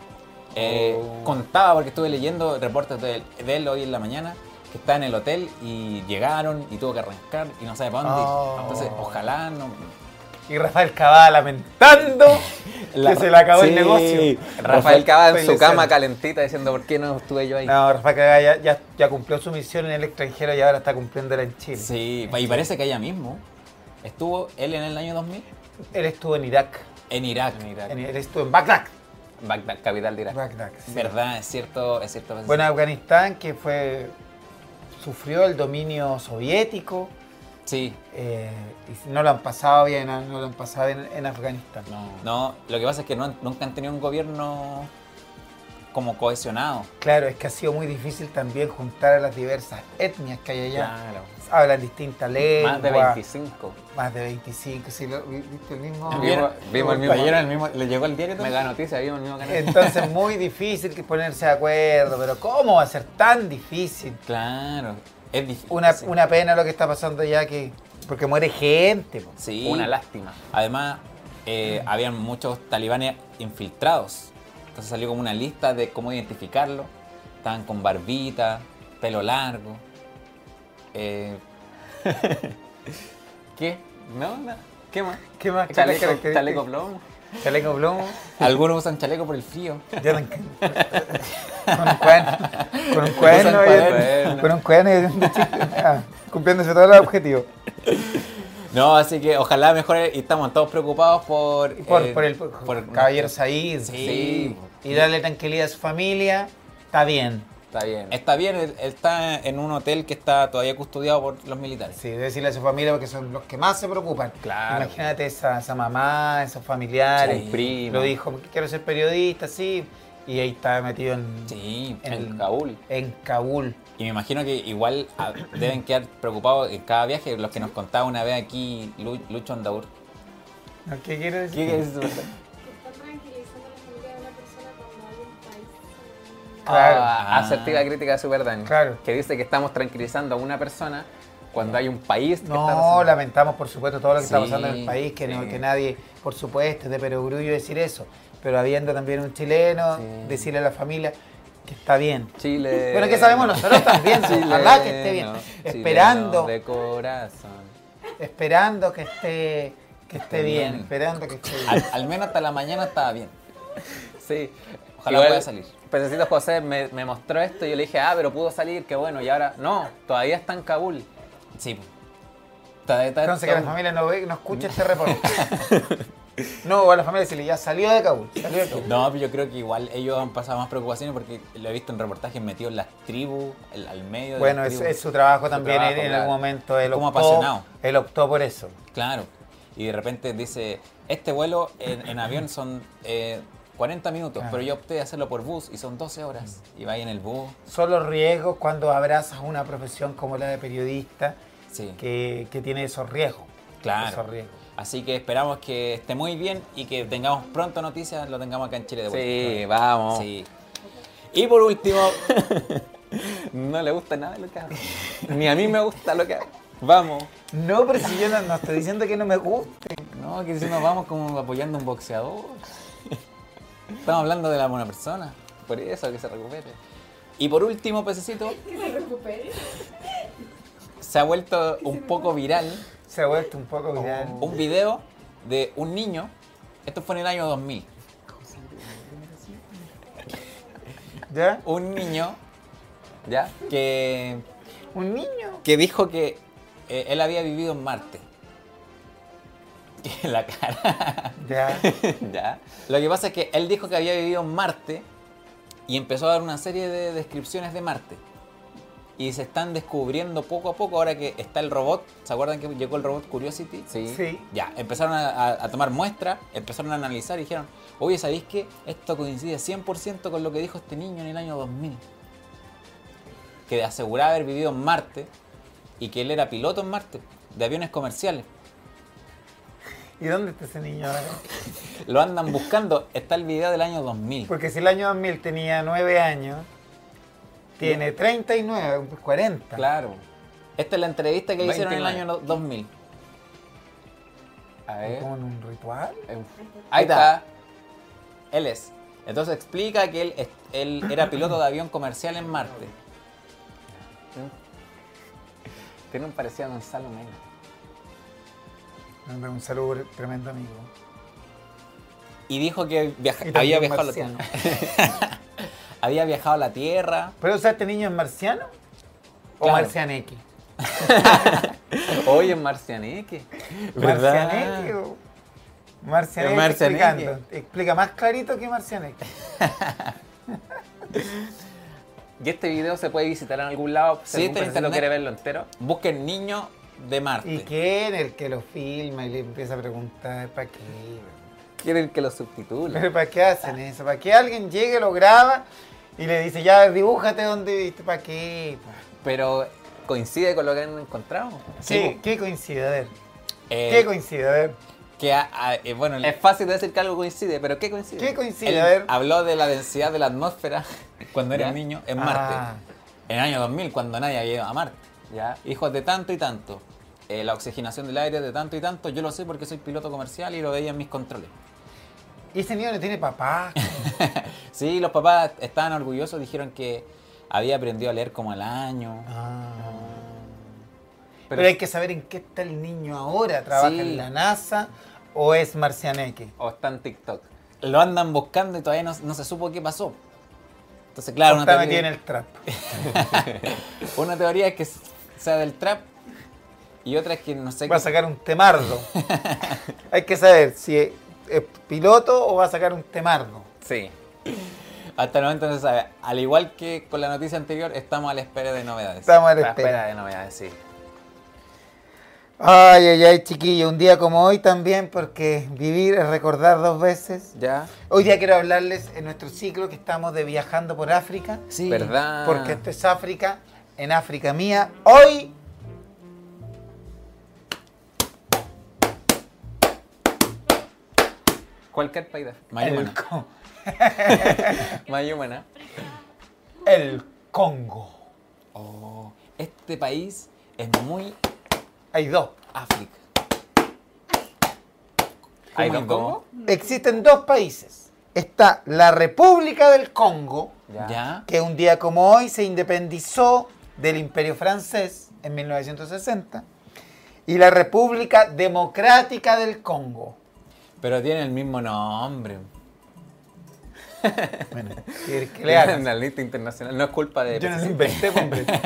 Eh, Oh. Contaba, porque estuve leyendo reportes de él, de él hoy en la mañana, que está en el hotel y llegaron y tuvo que arrancar y no sabe para dónde ir. Oh. Entonces, ojalá no. Y Rafael Cavada lamentando que se le acabó Sí. el negocio. Rafael Cava en su Estoy cama lejano. calentita diciendo, ¿por qué no estuve yo ahí? No, Rafael Cavada ya, ya- ya cumplió su misión en el extranjero y ahora está cumpliéndola en Chile. Sí, y parece que ella mismo estuvo él en el año 2000 Él estuvo en Irak. en Irak. en- él estuvo en Bagdad. Bagdad, capital de Irak. Bagdad, sí. ¿Verdad? Es cierto, es cierto. Bueno, Afganistán que fue sufrió el dominio soviético sí. eh, y no lo han pasado bien, ah, no lo han pasado bien en Afganistán. No, lo que pasa es que no han- nunca han tenido un gobierno como cohesionado. Claro, es que ha sido muy difícil también juntar a las diversas etnias que hay allá. Claro. Hablan distintas lenguas. Más de 25. Más de 25, sí, lo- vi- viste el mismo. Vieron- vimos el mismo- leyeron el mismo- ¿Le llegó el diario Mega noticia, vimos el mismo canal. Entonces, muy difícil que ponerse de acuerdo, pero ¿cómo va a ser tan difícil? Claro, es difícil. Una, sí. una pena lo que está pasando allá, que, porque muere gente. po. Sí. Una lástima. Además, eh, habían muchos talibanes infiltrados. Entonces salió como una lista de cómo identificarlo. Estaban con barbita, pelo largo. Eh, ¿Qué? No, no. ¿Qué más? ¿Qué más? ¿Qué más Chaleco, características? chaleco plomo. Chaleco plomo. Algunos usan chaleco por el frío. Yo arranqué. Con un cuerno. Con un cuerno. Usan y- cuerno. Con un cuerno. y un chico, ah, Cumpliéndose todos los objetivos. No, así que ojalá mejore y estamos todos preocupados por... Y Por, eh, por el por- caballero Said. Sí. Y darle tranquilidad a su familia. Está bien. Está bien. Está bien, él- él está en un hotel que está todavía custodiado por los militares. Sí, decirle a su familia porque son los que más se preocupan. Claro. Imagínate esa, esa mamá, esos familiares. Sí. Primo. Lo dijo, quiero ser periodista, sí. Y ahí está metido en, Sí. en- En Kabul. en Kabul. Y me imagino que igual a- deben quedar preocupados en cada viaje, los que nos contaba una vez aquí Lu- Lucho Andaur. ¿No? ¿Qué quiere decir? Está tranquilizando a la familia de una persona cuando hay un país. Claro. Ah, asertiva crítica de Super Dani. Claro. Que dice que estamos tranquilizando a una persona cuando hay un país que está No, pasando- lamentamos por supuesto todo lo que está Sí, pasando en el país, que, no- sí. que nadie, por supuesto, es de perogrullo decir eso, pero habiendo también un chileno, Sí. decirle a la familia que está bien. Chile. Pero que sabemos Eh, nosotros también, ojalá que esté bien. Chileno, Esperando. chileno De corazón. Esperando que esté, que esté bien, Bien. esperando que esté bien. Al, al menos hasta la mañana estaba bien. Sí. Ojalá pueda salir. Pececito José me, me mostró esto y yo le dije, ah, pero pudo salir, qué bueno. Y ahora, no, todavía está en Kabul. Sí. Está, está- Entonces que la familia no, ve, no escuche este reporte. No, a la familia decirle, ya salió de Kabul, salió de Kabul. No, pero yo creo que igual ellos han pasado más preocupaciones porque lo he visto en reportajes metidos en las tribus, el- al medio de Bueno, las es, tribus. es su trabajo también, trabajo, él en claro. algún momento él Como optó, apasionado. él optó por eso. Claro. Y de repente dice, este vuelo en, en avión son eh, 40 minutos, Claro. pero yo opté de hacerlo por bus y son 12 horas. Y va ahí en el bus. Son los riesgos cuando abrazas una profesión como la de periodista, Sí. que, que tiene esos riesgos. Claro. Esos riesgos. Así que esperamos que esté muy bien y que tengamos pronto noticias, lo tengamos acá en Chile de vuelta. Sí, vamos. Sí. Y por último, No le gusta nada lo que hago. Ni a mí me gusta lo que hago. Vamos. No, pero si yo no, no estoy diciendo que no me guste. no, que si nos vamos como apoyando a un boxeador. Estamos hablando de la buena persona. Por eso que se recupere. Y por último, pececito, Que se recupere. se ha vuelto un poco viral Se ha vuelto un poco viral. un video de un niño. Esto fue en el año 2000. ¿Ya? Un niño ¿Ya? que, Un niño. que dijo que eh, él había vivido en Marte. Que la cara. Ya. Ya. Lo que pasa es que él dijo que había vivido en Marte y empezó a dar una serie de descripciones de Marte. Y se están descubriendo poco a poco ahora que está el robot. ¿Se acuerdan que llegó el robot Curiosity? Sí. Sí. Ya, empezaron a, a- a tomar muestras, empezaron a analizar y dijeron, oye, ¿sabéis que esto coincide 100% con lo que dijo este niño en el año 2000? Que aseguraba haber vivido en Marte y que él era piloto en Marte, de aviones comerciales. ¿Y dónde está ese niño ahora? Lo andan buscando, está el video del año 2000. Porque si el año 2000 tenía 9 años, tiene 39, pues 40. Claro. Esta es la entrevista que le hicieron en el 29. año 2000. A eh. ¿Es ver. Como en un ritual. Ahí está. Él es. Entonces explica que él, es- él era piloto de avión comercial en Marte. Tiene un parecido a Gonzalo Mena. Manda Un saludo, tremendo amigo. Y dijo que viaja- Y también había, viajado a la marciano. tierra. había viajado a la Tierra. ¿Pero o sea, este niño es marciano? ¿O Claro. marcianeque? Oye, Marcianeque. ¿Verdad? Marcianeque o- Marcianeque, Es Marcianeque. explicando. Explica más clarito que Marcianeque. Y este video se puede visitar en algún lado. Sí, Si algún está en persona lo internet. quiere verlo entero. Busquen niño de Marte. ¿Y quién? El que lo filma y le empieza a preguntar, ¿para qué? Quieren que lo subtitule. ¿Pero para qué hacen eso? ¿Para qué alguien llegue, lo graba y le dice, ya, dibújate donde viste? ¿Para qué? Pero coincide con lo que han encontrado. ¿Qué, qué coincide? A ver, Eh, ¿Qué coincide? A ver, que a- a- eh, bueno, Es fácil decir que algo coincide, pero ¿qué coincide? ¿qué él coincide? A ver. habló de la densidad de la atmósfera cuando era ¿Ya? un niño en Marte. Ah. En el año 2000, cuando nadie había ido a Marte. Ya. Hijos de tanto y tanto. eh, la oxigenación del aire de tanto y tanto. Yo lo sé porque soy piloto comercial y lo veía en mis controles. ¿Y ese niño no tiene papá? Sí, los papás estaban orgullosos. Dijeron que había aprendido a leer como al año. Ah. Pero, hay que saber en qué está el niño ahora. ¿Trabaja Sí. en la NASA o es Marcianeque? O está en TikTok. Lo andan buscando y todavía no, no se supo qué pasó. Entonces, claro, ¿O una está metido en teoría, el trap? una teoría es que sea del trap y otra es que no sé Va a sacar un temardo. Hay que saber si es, es piloto o va a sacar un temardo. Sí. Hasta el momento no se sabe. Al igual que con la noticia anterior, estamos a la espera de novedades. Estamos a A la la espera. espera de novedades, sí. Ay, ay, ay, chiquillo, un día como hoy también, porque vivir es recordar dos veces. ¿Ya? Hoy día quiero hablarles en nuestro ciclo que estamos de viajando por África, Sí. ¿Verdad? porque esto es África, en África mía. Hoy Cualquier país de África. Mayumana. el, Con- Mayumana. el Congo. Oh, este país es muy Hay dos. África. ¿Hay ¿Cómo dos y Congo? Existen dos países. Está la República del Congo, Ya. que un día como hoy se independizó del Imperio francés en 1960, y la República Democrática del Congo. Pero tiene el mismo nombre. Bueno, ¿qué que le haga? En la lista internacional. No es culpa de... Yo no lo inventé, hombre. pues.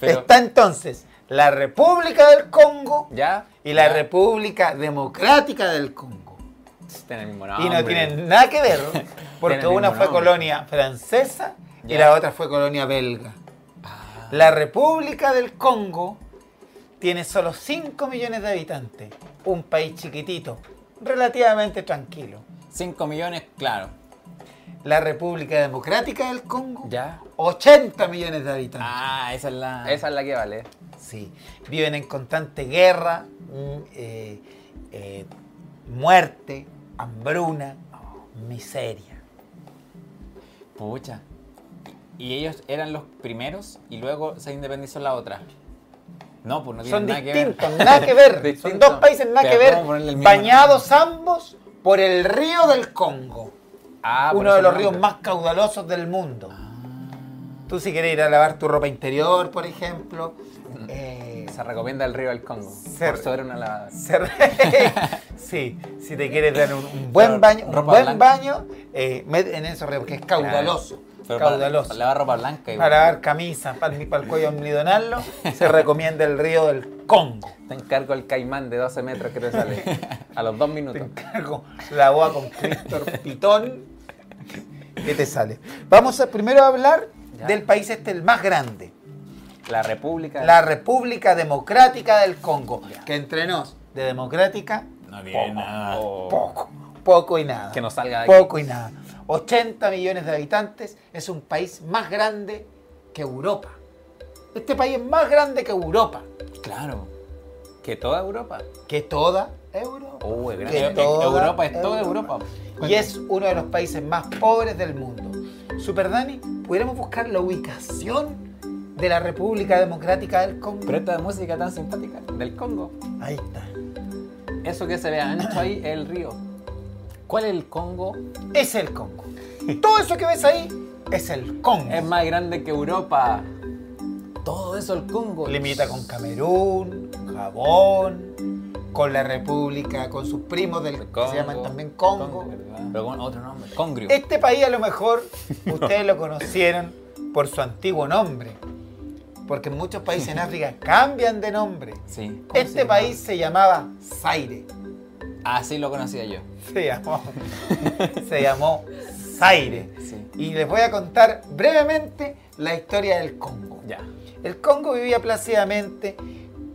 Pero- Está entonces la República del Congo ¿Ya? y la Ya. República Democrática del Congo. Tiene el mismo y no nombre. tienen nada que ver, porque Tienen una ningún fue nombre. colonia francesa y Ya. Ah. la otra fue colonia belga. La República del Congo tiene solo 5 millones de habitantes, un país chiquitito, relativamente tranquilo. 5 millones, claro. La República Democrática del Congo, Ya. 80 millones de habitantes. Ah, esa es la. Esa es la que vale. Sí, viven en constante guerra, mm, eh, eh, muerte, hambruna, miseria. Pucha. Y ellos eran los primeros y luego se independizó la otra. No, pues no tienen Son nada que distintos, ver. nada que ver. Son Distinto. dos países nada Pero que ¿cómo ponerle el ver, mismo bañados ambos por el río del Congo, Ah, por uno eso Ah. de los el ríos nombre. más caudalosos del mundo. Tú si quieres ir a lavar tu ropa interior, por ejemplo, Mm. eh, Se recomienda el río del Congo. Ser- Por sobre una lavadora. Se- sí, si te quieres dar un, un buen baño, un Ropa buen blanca. baño, eh, met en esos ríos, porque es caudaloso. Pero para- caudaloso. Para, Para lavar ropa blanca. igual. lavar camisas, para, el cuello omblidonarlo, se recomienda el río del Congo. Te encargo el caimán de 12 metros que te sale. A los dos Te minutos. encargo la boa con Críctor Pitón. ¿Qué te sale? Vamos a primero hablar Ya. del país este, el más grande. La República. La República Democrática del Congo. Que entre nos, de democrática, No tiene nada. o- poco, poco y nada. Que no salga de aquí. Poco y nada. 80 millones de habitantes es un país más grande que Europa. Este país es más grande que Europa, Claro. Que toda Europa. que toda Europa. Uh, es Que Eh, grande. eh, toda Europa es toda Europa. Y es uno de los países más pobres del mundo. Super Dani, ¿pudiéramos buscar la ubicación de la República Democrática del Congo? Pero esta música tan simpática Del Congo. Ahí está. Eso que se ¿eh? ve ancho ahí eh. es el río. ¿Cuál es el Congo? Es el Congo. Todo eso que ves ahí es el Congo. Es más grande que Europa. Todo eso el Congo. Limita con Camerún, Gabón, con la República, con sus primos del que se llaman también Congo. Pero con otro nombre. Congrio. Este país a lo mejor ustedes lo conocieron por su antiguo nombre, porque en muchos países en África cambian de nombre. Sí. ¿Cómo se Este llama? país se llamaba Zaire. Así lo conocía yo. Se llamó, se llamó Zaire. Sí. Y les voy a contar brevemente la historia del Congo. Ya. El Congo vivía plácidamente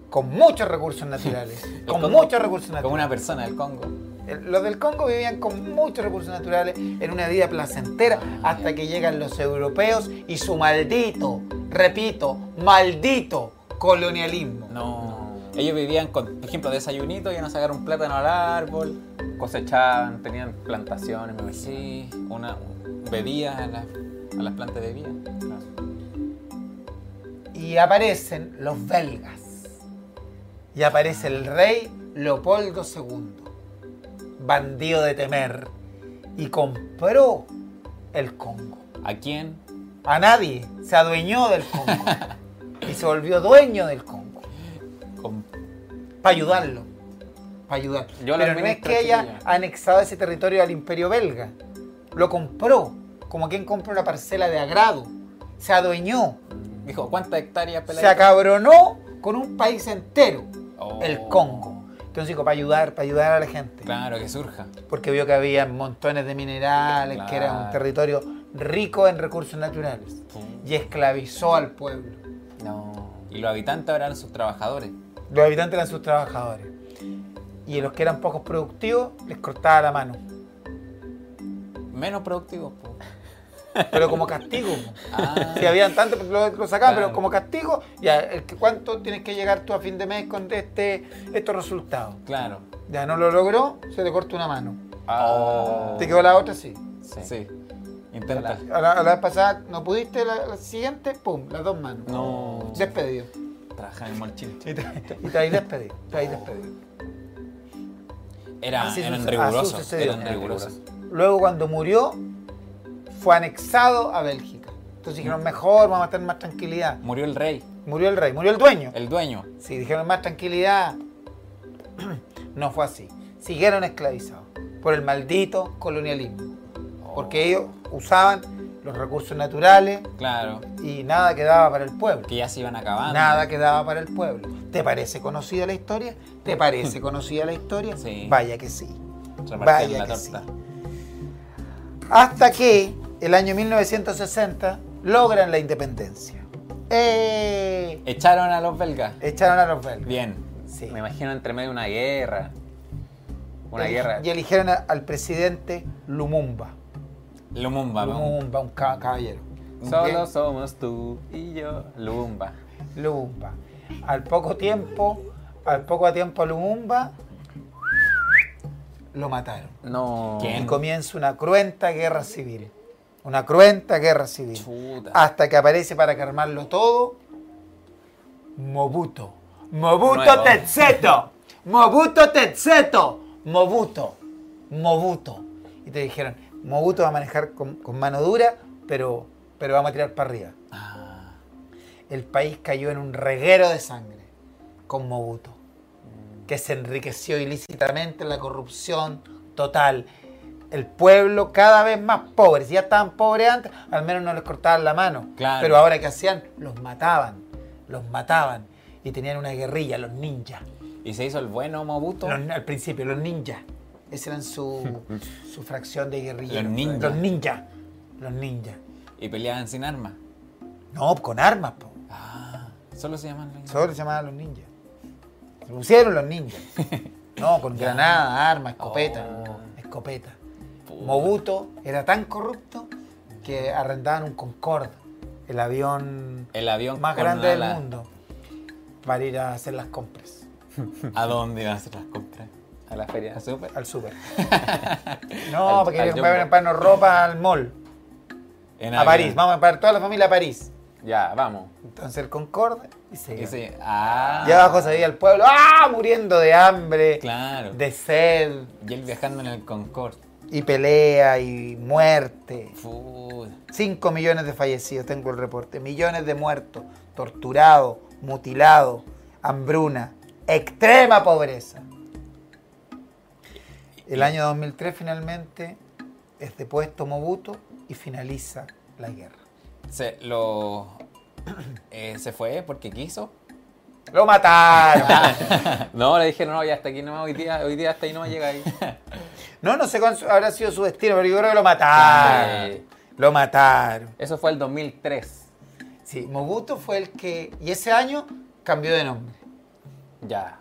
con muchos recursos naturales. con Congo- muchos recursos naturales. Como una persona del Congo. El- Los del Congo vivían con muchos recursos naturales en una vida placentera Ah, hasta ya. que llegan los europeos y su maldito, repito, maldito colonialismo. No. Ellos vivían con, por ejemplo, desayunito, iban a sacar un plátano al árbol. Cosechaban, tenían plantaciones, me imagino. Sí. Una. Bebías a, las- a las plantas bebías. Y aparecen los belgas. Y aparece el rey Leopoldo II, bandido de temer, y compró el Congo. ¿A quién? A nadie se adueñó del Congo y se volvió dueño del Congo Con- para ayudarlo. para ayudar. Pero Yo la no es administro, que haya chiquilla. anexado ese territorio al imperio belga. Lo compró, como quien compró una parcela de agrado. Se adueñó, Dijo, ¿cuántas hectáreas se acabronó con un país entero, el Congo. Entonces dijo, para ayudar, para ayudar a la gente. Claro, que surja. Porque vio que había montones de minerales, que era un Claro. territorio rico en recursos naturales. Y esclavizó al pueblo. No. Y los habitantes ahora eran sus trabajadores. Los habitantes eran sus trabajadores. Y los que eran pocos productivos les cortaba la mano. Menos productivos. pues. po. Pero como castigo. po. Ah, Si habían tantos, pues, lo, lo sacaban, Claro. pero como castigo, ya, el que- ¿cuánto tienes que llegar tú a fin de mes con este, estos resultados? claro. Ya no lo logró, se le corta una mano. Ah. Te quedó la otra, sí. Oh, Sí. Sí. Intenta. A la, a la vez pasada no pudiste, la, la siguiente, pum, las dos manos. No. Despedido. Trabajar en molchín. Y te, y te vais despedido. Te vais despedido. Era, Así Ah, eran suce- así rigurosos. sucedió. Eran Eran rigurosos. Luego, cuando murió, fue anexado a Bélgica. Entonces Mm. dijeron, mejor, vamos a tener más tranquilidad. Murió el rey, Murió el rey, murió el dueño. el dueño. Sí, dijeron más tranquilidad. No fue así. Siguieron esclavizados por el maldito colonialismo. Oh. Porque ellos usaban los recursos naturales Claro. y nada quedaba para el pueblo. Que ya se iban acabando. Nada quedaba para el pueblo. ¿Te parece conocida la historia? ¿Te parece conocida la historia? Sí. Vaya que sí. Repartían Vaya la que torta. Hasta que el año 1960 logran la independencia. ¡Eh! Echaron a los belgas. Echaron a los belgas. Bien. Sí. Me imagino entre medio de una guerra. Una Eli- guerra. Y eligieron a- al presidente Lumumba. Lumumba. ¿no? Lumumba, un ca- caballero. Solo somos tú y yo. Lumba. Bien, Lumumba. Al poco tiempo, al poco tiempo a Lumumba lo mataron. No. ¿Quién? Y comienza una cruenta guerra civil. Una cruenta guerra civil. Hasta que aparece para calmarlo todo Mobuto. Mobuto Nuevo. Tetseto. Mobuto Tetseto. Mobuto. Mobuto. Y te dijeron, Mobuto va a manejar con, con mano dura, pero, pero vamos a tirar para arriba. El país cayó en un reguero de sangre con Mobuto, que se enriqueció ilícitamente en la corrupción total. El pueblo cada vez más pobre. Si ya estaban pobres antes, al menos no les cortaban la mano. Claro. Pero ahora que hacían, los mataban, los mataban. Y tenían una guerrilla, los ninjas. Y se hizo el bueno Mobuto. Los- al principio, los ninjas. Esa eran su, su fracción de guerrilla. Los ninjas. Los ninjas. Los ninjas. Y peleaban sin armas. No, con armas, po. Ah, solo se llaman reyes. Solo se llamaban los ninjas. Se pusieron los ninjas. No, con granada, arma, escopeta. Oh. Escopeta. Puta. Mobuto era tan corrupto que arrendaban un Concorde, el avión El avión más con grande del ala. mundo, para ir a hacer las compras ¿A dónde iban a hacer las compras? A la feria. ¿A súper? al súper. no, Al- porque al querían comprar- Jumbo. comprarnos ropa al mall, En a avión. París. Vamos a parar toda la familia a París. Ya, vamos. Entonces el Concorde y se Y iba. se- ah, Y abajo se veía el pueblo, ¡ah! muriendo de hambre, Claro. de sed. Y él viajando en el Concorde. y pelea y muerte. Puta. 5 millones de fallecidos, tengo el reporte. Millones de muertos, torturados, mutilados, hambruna, extrema pobreza. El año 2003 finalmente es depuesto Mobuto y finaliza la guerra. Se lo. eh, se fue porque quiso. Lo mataron. No, le dijeron, no, ya hasta aquí nomás, hoy día, hoy día hasta ahí nomás llega ahí. No, no sé cuál habrá sido su destino, pero yo creo que lo mataron. Sí. Lo mataron. Eso fue el 2003. Sí, Mobuto fue el que... Y ese año cambió de nombre. Ya,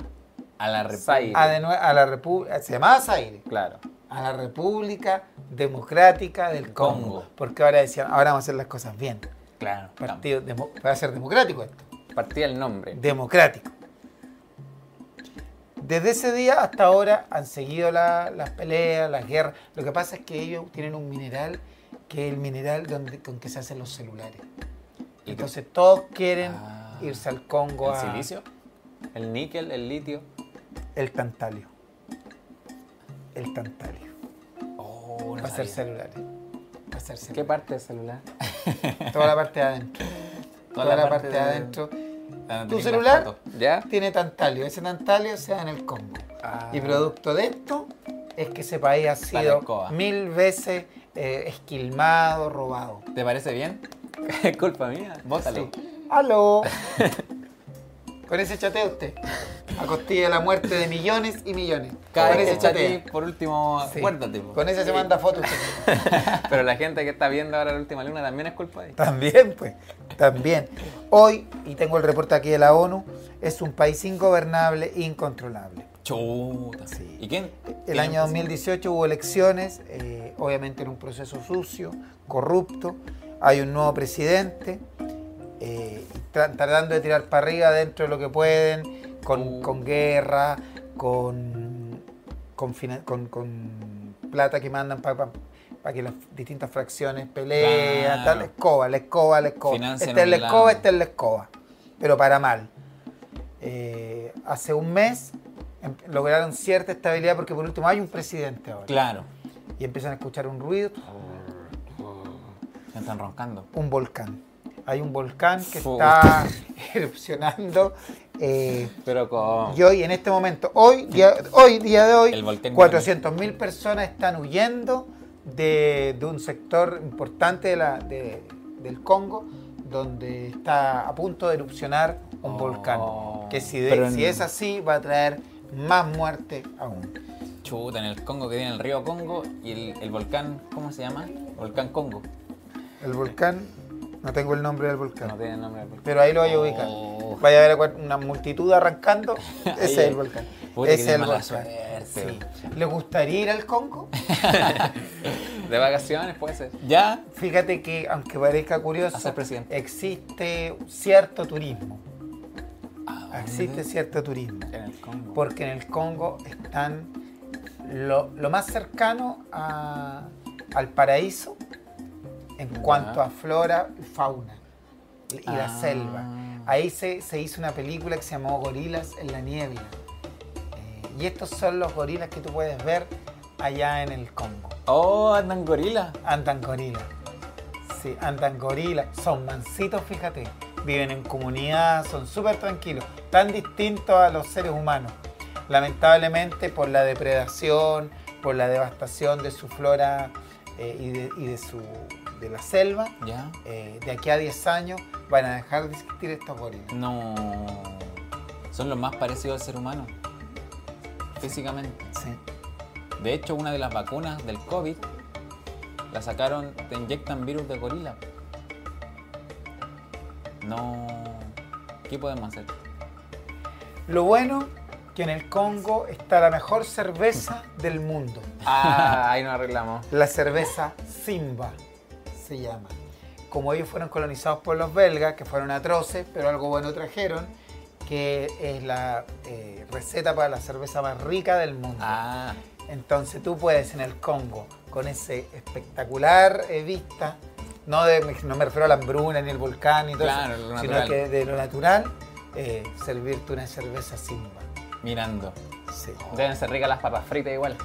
A la rep- Zaire. a, Ah, de nue- a la República, se llamaba Zaire, claro. a la República Democrática del Congo. Congo. Porque ahora decían, ahora vamos a hacer las cosas bien. Claro. Partido demo- va a ser democrático esto. Partía el nombre. Democrático. Desde ese día hasta ahora han seguido la- las peleas, las guerras. Lo que pasa es que ellos tienen un mineral que es el mineral donde, con que se hacen los celulares. que- Entonces todos quieren Ah. irse al Congo ¿El a- silicio? El níquel, el litio. el tantalio. El tantalio. Oh, no Va a ser sabía. celulares. Va a ser ¿Qué celulares. parte del celular? Toda la parte de adentro. Toda, la parte de adentro. Donde ¿Tu tenía celular? las fotos. ¿Ya? Tiene tantalio. Ese tantalio se da en el combo. Y producto de esto es que ese país ha Ah. la sido escoba. mil veces eh, esquilmado, robado. ¿Te parece bien? Es culpa mía. Bótalo. ¡Aló! Con ese chateo usted. A costilla de la muerte de millones y millones. Cada Con vez que ese está chateo. aquí, por último, Sí. acuérdate. po. Con ese se manda fotos. usted. Pero la gente que está viendo ahora la última luna también es culpa de ella. También, pues, también. Hoy, y tengo el reporte aquí de la ONU, es un país ingobernable, incontrolable. Chuta. Sí. ¿Y quién? El quién año empezó? 2018 hubo elecciones, eh, obviamente en un proceso sucio, corrupto. Hay un nuevo presidente, eh, tra- tratando de tirar para arriba dentro de lo que pueden, con, con guerra, con, con, finan- con- con plata que mandan para que las distintas fracciones pelean, Claro. tal, la escoba, la escoba, la escoba. Financian este es la un escoba, lado. este es la escoba, pero para mal. Eh, hace un mes em- lograron cierta estabilidad porque por último hay un presidente ahora. Claro. Y empiezan a escuchar un ruido, Me están roncando. un volcán. Hay un volcán que Fu. está erupcionando. eh, Pero con. y hoy, en este momento, hoy, día, hoy, día de hoy, El volcán 400.000 personas están huyendo de, de un sector importante de la- de- del Congo, donde está a punto de erupcionar un Oh. volcán. Que si, de- Pero en- si es así, va a traer más muerte aún. Chuta, en el Congo que tiene el río Congo y el, el volcán, ¿cómo se llama? Volcán Congo. El volcán, no tengo el nombre del volcán. No tiene nombre. el volcán. Pero ahí lo voy a ubicar. Oh. Vaya a ver a cual- una multitud arrancando. Ese Ahí es es. el volcán. Puta, que Ese es tiene el mala volcán. suerte. Sí. ¿Le gustaría ir al Congo? De vacaciones puede ser. Ya, Fíjate que, aunque parezca curioso, A ser presidente. existe cierto turismo. Ah, Existe cierto turismo. en el Congo. Porque en el Congo están lo, lo más cercano a- al paraíso en Ya. cuanto a flora y fauna y la Ah. selva. Ahí se, se hizo una película que se llamó Gorilas en la niebla. Eh, y estos son los gorilas que tú puedes ver allá en el Congo. Oh, andan gorila. Andan gorilas. Sí, andan gorilas. Son mansitos, fíjate. Viven en comunidad, son súper tranquilos. Tan distintos a los seres humanos. Lamentablemente por la depredación, por la devastación de su flora eh, y, de, y de su, de la selva, Ya. eh, de aquí a 10 años van a dejar de existir estos gorilas. No. Son los más parecidos al ser humano. Físicamente. Sí. De hecho, una de las vacunas del COVID la sacaron, te inyectan virus de gorila. No. ¿Qué podemos hacer? Lo bueno que en el Congo está la mejor cerveza del mundo. Ah, ahí nos arreglamos. La cerveza Simba se llama. Como ellos fueron colonizados por los belgas, que fueron atroces, pero algo bueno trajeron, que es la eh, receta para la cerveza más rica del mundo. Ah, Entonces tú puedes en el Congo, con ese espectacular eh, vista, no, de- no me refiero a la hambruna ni el volcán ni todo Claro, eso, lo sino natural. que de lo natural, eh, servirte una cerveza Simba. mirando. Sí. Deben ser ricas las papas fritas igual.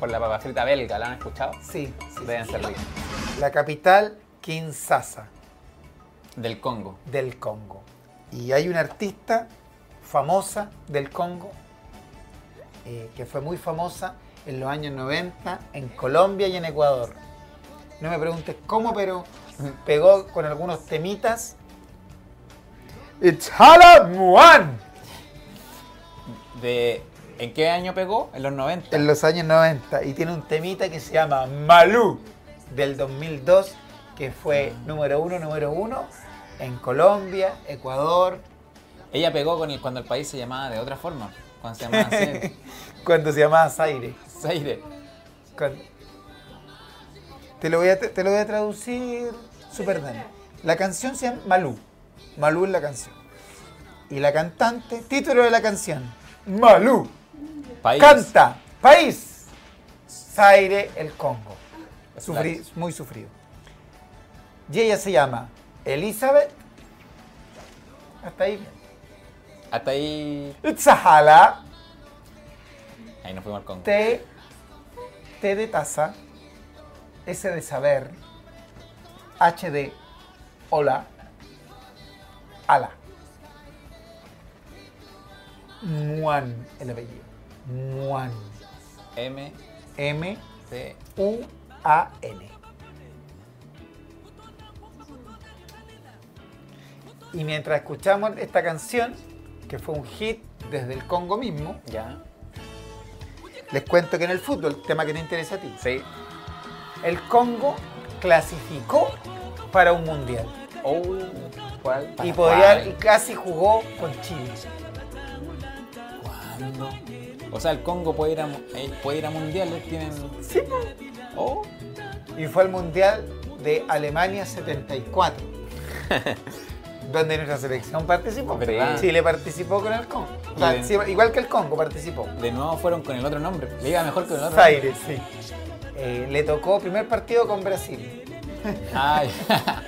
Por la papa frita belga, ¿la han escuchado? Sí, sí, Deben sí. ser ricas. La capital, Kinshasa, Del Congo. del Congo. Y hay una artista famosa del Congo eh, que fue muy famosa en los años 90 en Colombia y en Ecuador. No me preguntes cómo, pero pegó con algunos temitas. It's Hala Muan De, ¿En qué año pegó? En los 90. en los años 90 y tiene un temita que se llama Malú del 2002 que fue número uno, número uno en Colombia, Ecuador, Ella pegó con el, cuando el país se llamaba de otra forma. Cuando se llamaba Zaire. cuando se llamaba Zaire. Zaire. Con- Te, lo voy a, te lo voy a traducir super Dani. La canción se llama Malú. Malú es la canción. Y la cantante, título de la canción, Malú. País. Canta, país, Zaire, el Congo. Es Sufri- muy sufrido. Y ella se llama Elizabeth. Hasta ahí. Hasta ahí. Itzahala, Ahí nos fuimos al Congo. T, T de taza, S de saber, H de hola, ala. Muan, el apellido. Muan. M, M C, U A N. Y mientras escuchamos esta canción, que fue un hit desde el Congo mismo, ya. les cuento que en el fútbol, tema que te interesa a ti, Sí. el Congo clasificó para un mundial Oh, ¿cuál? y, Paraguay. podría, y casi jugó con Chile. ¿Cuándo? O sea, el Congo puede ir a, mu- eh, puede ir a mundiales, tienen. Sí, Oh, y fue al Mundial de Alemania 74, donde nuestra selección participó. ¿Verdad? Chile participó con el Congo. O sea, Bien. sí, igual que el Congo participó. de nuevo fueron con el otro nombre. Le iba mejor que el otro. Zaire, sí. Eh, le tocó primer partido con Brasil. nombre. Ay.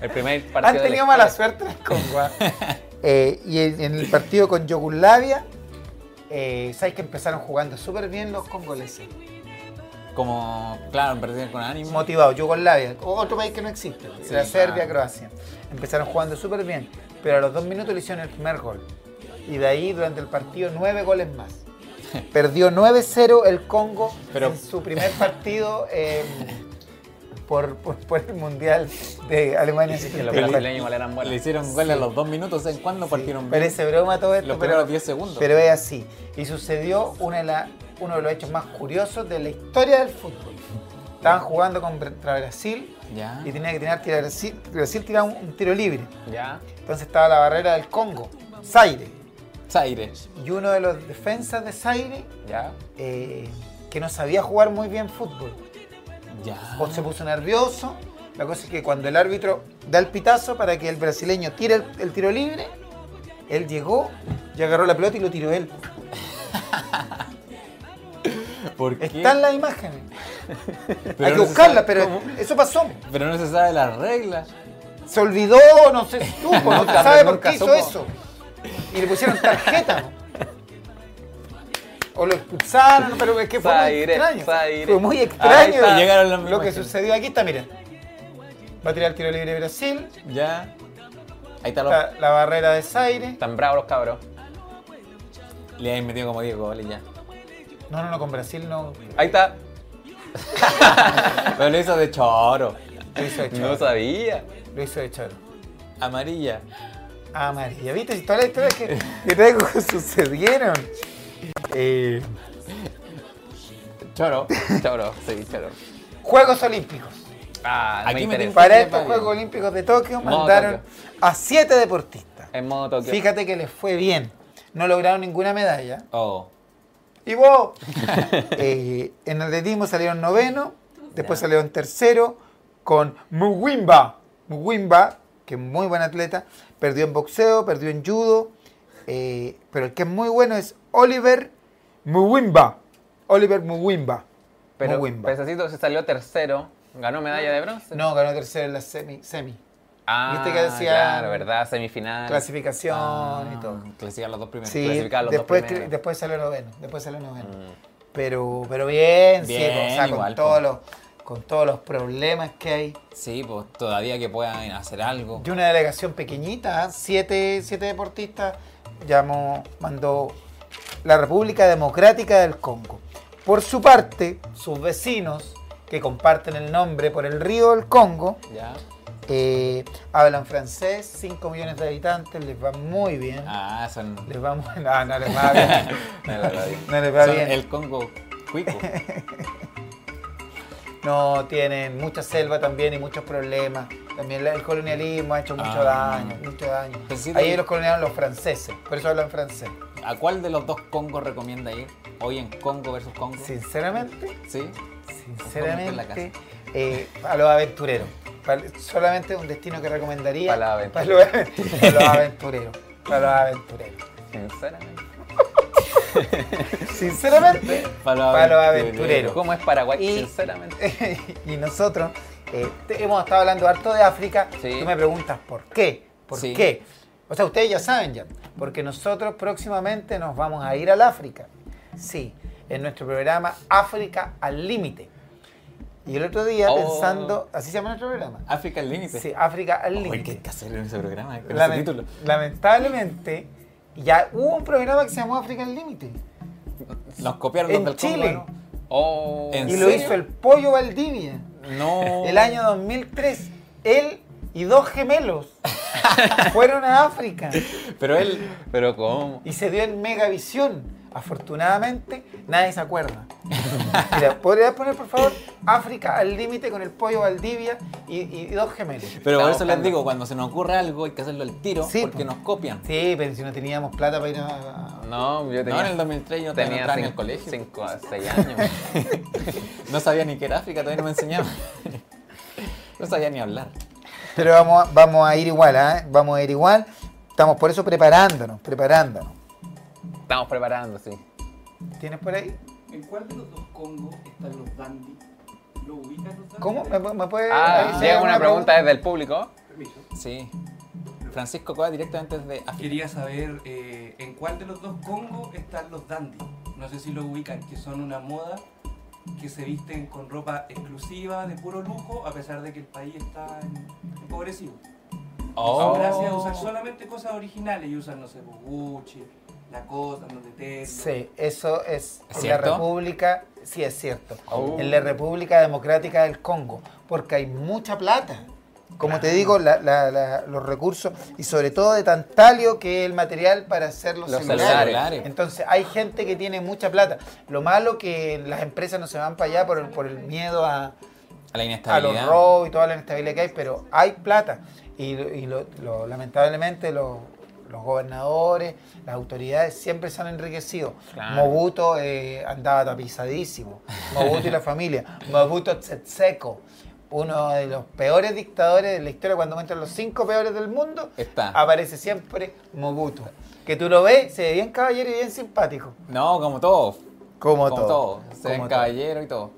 El primer partido. Han de la tenido mala historia. suerte en el Congo. ¿ah? Eh, y en, en el partido con Yugoslavia, eh, sabes que empezaron jugando súper bien los congoleses. Como, claro, perdieron con ánimo. motivados, Yugoslavia, otro país que no existe, Sí, era Serbia, claro. Croacia. Empezaron jugando súper bien, pero a los dos minutos le hicieron el primer gol. Y de ahí, durante el partido, nueve goles más. Perdió 9-0 el Congo Pero- en su primer partido eh, por, por, por el Mundial de Alemania. Que los 74. brasileños igual eran Le buenos. hicieron gol a los dos minutos. ¿En cuándo partieron bien? Parece broma todo esto, Los pero, primeros 10 segundos. pero es así. Y sucedió una de la- uno de los hechos más curiosos de la historia del fútbol. Estaban jugando contra Brasil Ya. y tenía que tirar tiro Brasil, Brasil tiraba un, un tiro libre. Ya. Entonces estaba la barrera del Congo, Zaire. Zaire. Y uno de los defensas de Zaire, Ya. eh, que no sabía jugar muy bien fútbol, Ya. o se puso nervioso. La cosa es que cuando el árbitro da el pitazo para que el brasileño tire el, el tiro libre, él llegó y agarró la pelota y lo tiró él. ¿Por qué? Están las imágenes. Pero Hay que no se buscarlas, sabe pero cómo. eso pasó. Pero no se sabe las reglas. se olvidó, no se supo, no se Nunca, sabe por nunca qué hizo supo. eso. Y le pusieron tarjeta. ¿no? O lo expulsaron, pero es que fue Zaire, muy extraño. Zaire. Fue muy Ahí extraño está, llegaron las lo que imágenes. sucedió. Aquí está, mira. Va a tirar el tiro libre Brasil, Ya. Ahí está los. está la barrera de Zaire. Tan bravos los cabros. Le han metido como 10 goles ya. No, no, no, con Brasil no. Ahí está. Pero lo hizo de choro. Lo hizo de No choro. sabía. lo hizo de Ah, choro. Amarilla. Amarilla, ¿viste? Si todas las historias que, que traigo sucedieron. Eh, Choro. Choro, sí, choro. Juegos Olímpicos. Ah, Aquí Aquí me me tengo- interesa. Para Fácil, estos Mario. Juegos Olímpicos de Tokio Modo mandaron Tokio. a siete deportistas. En modo Tokio. Fíjate que les fue bien. No lograron ninguna medalla. Oh. Y vos, Eh, en atletismo salieron noveno, después salieron tercero con Muwimba. Muwimba, que es muy buen atleta, perdió en boxeo, perdió en judo, eh, pero el que es muy bueno es Oliver Muwimba. Oliver Muwimba. Pero Muwimba. Pesacito se salió tercero. Ganó medalla de bronce. No, ganó tercero en la semi. semi. Ah, Viste que decía- Claro, ¿verdad? Semifinal. Clasificación y todo. Clasificar los dos primeros. Sí, clasificar los dos después, primeros. cl- después salió noveno, después salió noveno. Pero, pero bien, sí, Bien, o sea, con, igual, todos pues. los, con todos los problemas que hay. Sí, pues todavía que puedan hacer algo. Y una delegación pequeñita, ¿ah? siete, siete deportistas, llamó, mandó la República Democrática del Congo. Por su parte, sus vecinos, que comparten el nombre por el río del Congo, Ya. eh, hablan francés, 5 millones de habitantes, les va muy bien. Ah, son. Les va muy... No, no les va bien. No, no, no. No les va Son bien. el Congo cuico. No, tienen mucha selva también y muchos problemas. También la- el colonialismo ha hecho mucho Ah. daño, mucho daño. Pues sí, Ahí de- los colonizaron los franceses, por eso hablan francés. ¿A cuál de los dos Congos recomienda ir? Hoy en Congo versus Congo. Sinceramente, Sí. Ponte en la sinceramente, casa. eh, a los aventureros. Pa- solamente un destino que recomendaría Para los pa' los aventureros. Para los aventureros. Para los aventureros. Sinceramente. Sinceramente, Para los para los aventureros. aventureros. ¿Cómo es Paraguay? Y- Sinceramente. y nosotros eh, te- hemos estado hablando harto de África. Sí. Tú me preguntas por qué, por Sí. qué. O sea, ustedes ya saben ya, porque nosotros próximamente nos vamos a ir al África. Sí, en nuestro programa África al Límite. Y el otro día Oh. pensando, así se llama nuestro programa. África al límite. Sí, África al Oye, ¿qué hay Límite. que hacer en ese programa? Con ese Lame- título. Lamentablemente, ya hubo un programa que se llamó África al Límite. Nos copiaron los En del Congo, Chile. ¿no? Oh. ¿En Y lo serio? hizo el Pollo Valdivia. No. El año 2003. Él y dos gemelos fueron a África Pero él. Pero cómo. y se dio en Megavisión. Afortunadamente, nadie se acuerda. Mira, ¿podrías poner, por favor, África al límite con el Pollo Valdivia y, y dos gemelos? Pero por Estamos eso les buscando. digo, cuando se nos ocurre algo hay que hacerlo al tiro Sí, porque po. nos copian. Sí, pero si no teníamos plata para ir a... No, yo No, tenía. en el 2003 yo no tenía entraba en el cinco- colegio. Cinco a seis años. No sabía ni que era África, todavía no me enseñaba. No sabía ni hablar. Pero vamos, a- vamos a ir igual, ¿ah? Vamos a ir igual. Estamos por eso preparándonos, preparándonos. Estamos preparando, sí. ¿Tienes por ahí? ¿En cuál de los dos Congos están los dandy? ¿Lo ubicas los dandy? ¿Cómo? ¿Me, me puede...? Ah, ahí se llega haga una pregunta desde el público. Permiso. Sí. Francisco Coa directamente desde África. Quería saber eh, en cuál de los dos Congos están los dandy. No sé si lo ubican, que son una moda que se visten con ropa exclusiva, de puro lujo, a pesar de que el país está en- empobrecido. Oh. Son gracias a usar solamente cosas originales y usan, no sé, pues, Gucci, Lacoste, andan de Tesla. Sí, eso es ¿Es en la cierto? República, sí es cierto, Oh. en la República Democrática del Congo, porque hay mucha plata. Como te digo, la- la- la- los recursos y sobre todo de tantalio que es el material para hacer los, Los celulares. celulares. Entonces hay gente que tiene mucha plata. Lo malo que las empresas no se van para allá por el, por el miedo a, A la a los inestabilidad. robos y toda la inestabilidad que hay, pero hay plata. Y, lo- y lo- lo- lamentablemente lo- los gobernadores, las autoridades siempre se han enriquecido. Claro. Mobuto eh, andaba tapizadísimo, Mobuto y la familia, Mobuto Tsetseco, uno de los peores dictadores de la historia, cuando muestran los cinco peores del mundo, Está. aparece siempre Mobuto. Que tú lo ves, se ve bien caballero y bien simpático. No, como todo. Como, Como todo. Se ven Como todo. caballero y todo.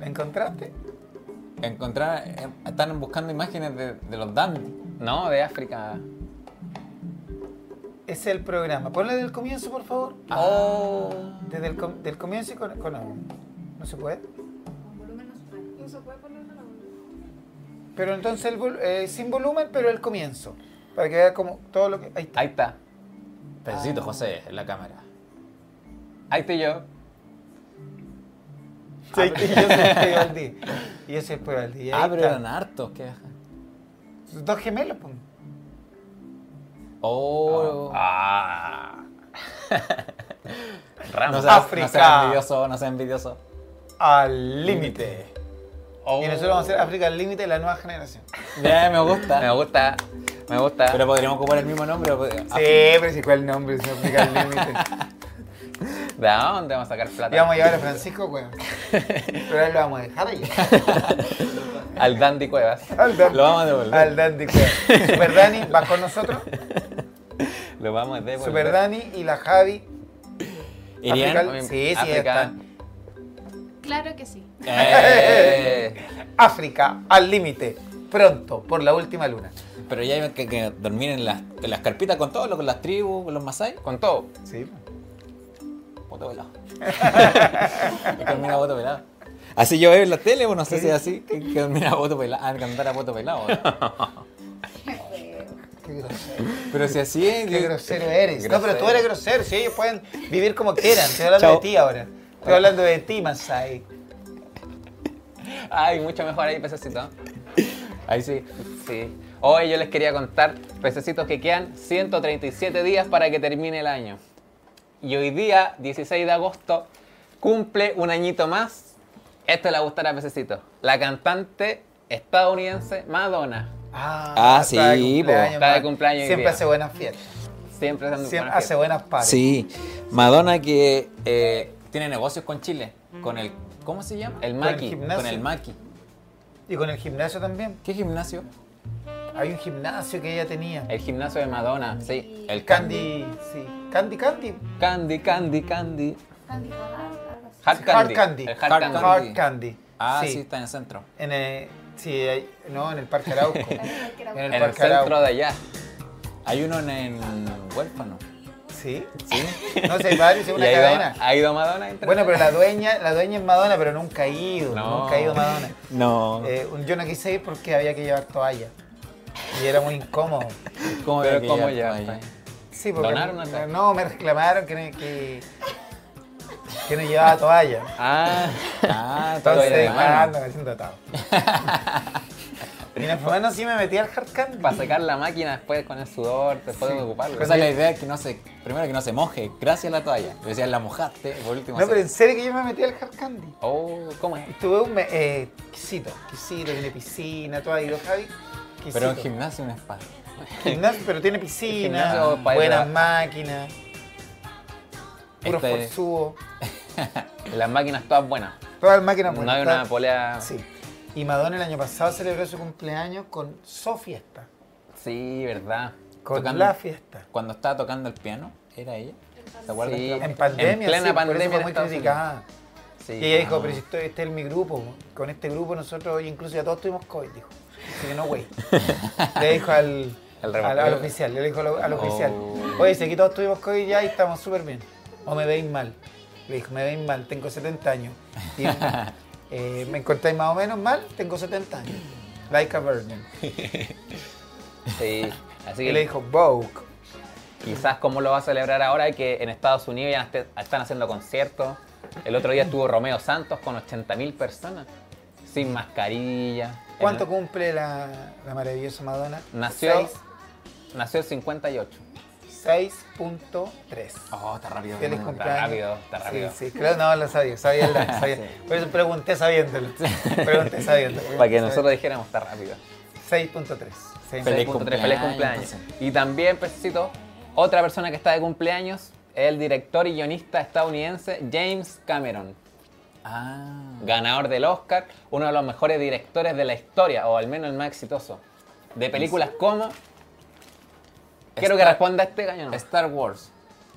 ¿Lo encontraste? Encontrar, eh, están buscando imágenes de, de los dandy. No, de África. Ese es el programa. Ponle del comienzo, por favor. Oh. Desde el com- del comienzo y con, con audio. No se puede. Con volumen no se puede. No se puede poner con audio. Pero entonces el vol- eh, sin volumen, pero el comienzo. Para que vea como todo lo que. Ahí está. Ahí está. Pedrito José en la cámara. Ahí estoy yo. Sí, y Ah, yo soy el Pedro Valdí. Y yo soy el Pedro Valdí. Y ahí Ah, pero está. eran hartos. Qué baja. Dos gemelos, pum. Oh. Ah. Ramos. No seas, África. No seas envidioso, no seas envidioso. Al límite. Oh. Y nosotros vamos a hacer África al límite de la nueva generación. Ya, me gusta. Me gusta. Me gusta. Ah, Pero podríamos ocupar el mismo nombre. pues. o- Ah, Sí, pero si cuál nombre se África al límite. ¿De dónde vamos a sacar Y plata? vamos a llevar a Francisco, weón. Pero ahora lo vamos a dejar ahí. Al Dandy Cuevas. Al Dandy. Lo vamos a devolver. Al Dandy, weón. Super Dani, vas con nosotros. Lo vamos a devolver. Super Dani y la Javi Irían. África- Sí, sí, África. están. Claro que sí. Eh, África al límite, pronto, por la última luna. pero ya hay que, que dormir en las, en las carpitas con todo, lo- con las tribus, con los masai. Con todo. Sí. Voto pelado. y dormir a voto pelado. Así yo veo en la tele, bueno, no sé si es así, que, que dormir a voto pelado, a cantar a voto pelado. ¿no? Qué grosero, Pero si así es, qué yo- grosero eres. No, pero tú Grosero. eres grosero, si ellos pueden vivir como quieran. Estoy hablando Chao. de ti ahora. Estoy hablando de ti, Masai. Ay, mucho mejor ahí, pececito. ahí sí. Sí. Hoy yo les quería contar, pececitos, que quedan 137 días para que termine el año. Y hoy día, 16 de agosto, cumple un añito más. Esto le va a gustar a pececito. La cantante estadounidense Madonna. Ah, Ah, está de sí, po. cumpleaños, Está de man. cumpleaños hoy Siempre día. hace buenas fiestas. Siempre dando Siempre buenas hace fiestas. buenas pares. Sí, Madonna que eh, tiene negocios con Chile, con el, ¿cómo se llama? El Con el maqui. gimnasio. Con el Maki. Y con el gimnasio también. ¿Qué gimnasio? Hay un gimnasio que ella tenía. El gimnasio de Madonna, sí. El Candy, sí. Candy Candy. Candy, candy, candy. Están disparadas, algo así. Hard Hard candy. Candy. El hard Hard candy. Hard Candy. Ah, sí, está en el centro. En el, sí, hay- no, en el Parque Arauco. Están en cualquier auto. En En el el Parque Arauco. centro de allá. Hay uno en, en Huérfano. Sí. No sé, varios, es Y una ha ido- cadena. ha ido Madonna. entre- Bueno, pero la dueña, la dueña es Madonna, pero nunca ha ido, No. nunca ha ido Madonna. No. Eh, yo no quise ir porque había que llevar toalla. Y era muy incómodo. ¿Cómo Pero que ¿cómo ya ya está está? Sí, porque ¿Donaron acá? no, me reclamaron que, que- que no llevaba toalla. Ah, Ah, todo Entonces, de ah, mano. no, me siento atado. y en el fondo sí me metí al hard candy. para secar la máquina después con el sudor, después de ocuparlo. O sea, la idea es que no se, primero que no se moje, gracias a la toalla. Pero si la mojaste, por último. No, se- pero en serio que yo me metí al hard candy. Oh, ¿cómo es? Estuve un mes, eh, quisito, quisito, tiene piscina, todo ahí, ¿no, Javi. Quisito. Pero en gimnasio un spa. Gimnasio, pero tiene piscina, Gimnasio para ir buenas a- máquinas, puro Este- forzudo, Las máquinas todas buenas. todas las máquinas No buenas. hay una polea. Sí, Sí. Y Madonna el año pasado celebró su cumpleaños con su fiesta, verdad. con Tocando. la fiesta. Cuando estaba tocando el piano, era ella. ¿Se acuerdan? Sí. que la- En pandemia, En plena sí, por eso pandemia fue en muy Estados criticada. Sí. Y ella dijo, Ah. pero si estoy, este es mi grupo, con este grupo nosotros hoy incluso ya todos tuvimos COVID, dijo. Así que no, güey. Le dijo al, Al al, reportero. al oficial, le dijo al, al oficial, Oh. oye, si aquí todos tuvimos COVID ya y estamos súper bien, o me veis mal. Le dijo, me veis mal, tengo 70 años. Y, eh, me encontráis más o menos mal, tengo 70 años. Like a virgin. Sí. Así Y que le dijo, Vogue. quizás cómo lo va a celebrar ahora que en Estados Unidos ya este- están haciendo conciertos. El otro día estuvo Romeo Santos con 80.000 personas, sin mascarilla. ¿Cuánto En- cumple la, la maravillosa Madonna? Eh. Nació, nació el 58. Seis- 6.3. Oh, está rápido. Feliz hermano. cumpleaños. rápido, está rápido. Sí, sí, claro, no, lo sabía, sabía, el dato, sabía. Por eso pregunté sabiéndolo. Pregunté sabiéndolo. Para que nosotros dijéramos está rápido. 6.3. sí. Feliz 6.3, cumpleaños, feliz cumpleaños. entonces. Y también, Pecito, otra persona que está de cumpleaños, el director y guionista estadounidense James Cameron, Ah. ganador del Oscar, uno de los mejores directores de la historia, o al menos el más exitoso, de películas como... Quiero que Star- responda este gallo. ¿no? Star Wars.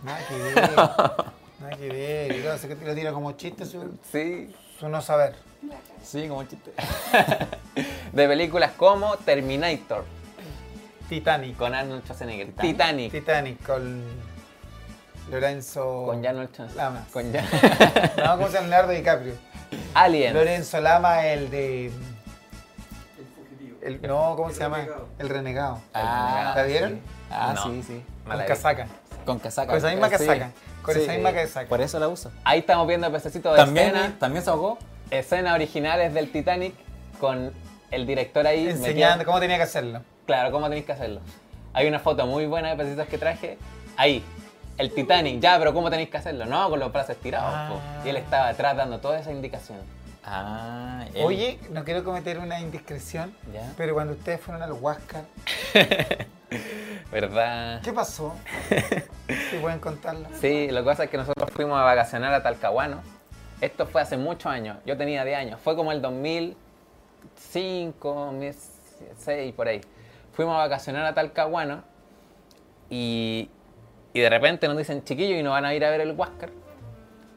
Nada que ver. Nada que ver. y Claro, sé que te lo tira como chiste su, Sí. su no saber. Sí, como un chiste. De películas como Terminator, Titanic. con Arnold Schwarzenegger. Titanic, Titanic con Lorenzo. con Arnold Schwarzenegger. Ah. Lamas. Con Jan- No, ¿cómo se llama Leonardo DiCaprio? Alien. Lorenzo Lama, el de. El fugitivo. el- no, ¿cómo El se llama? renegado. El renegado. Ah, ¿La vieron? Ah, No. sí, sí. Con Mala casaca. Con casaca. Con esa misma Sí. Ah, casaca. Con esa misma casaca. Por eso la uso. Ahí estamos viendo pececito de escena. También, también se ahogó. escenas originales del Titanic con el director ahí Enseñando metido. cómo tenía que hacerlo. Claro, cómo tenéis que hacerlo. Hay una foto muy buena de pecitos que traje. Ahí, el Titanic, ya, pero cómo tenéis que hacerlo, ¿no? Con los brazos estirados. po. Ah. Y él estaba atrás dando toda esa indicación. Ah, él- Oye, no quiero cometer una indiscreción, Ya. pero cuando ustedes fueron al Huáscar, ¿Verdad? ¿qué pasó? Si pueden contarlo. Sí, lo que pasa es que nosotros fuimos a vacacionar a Talcahuano. Esto fue hace muchos años. Yo tenía 10 años. Fue como el 2005, 2006, por ahí. Fuimos a vacacionar a Talcahuano y, y de repente nos dicen chiquillos y nos van a ir a ver el Huáscar.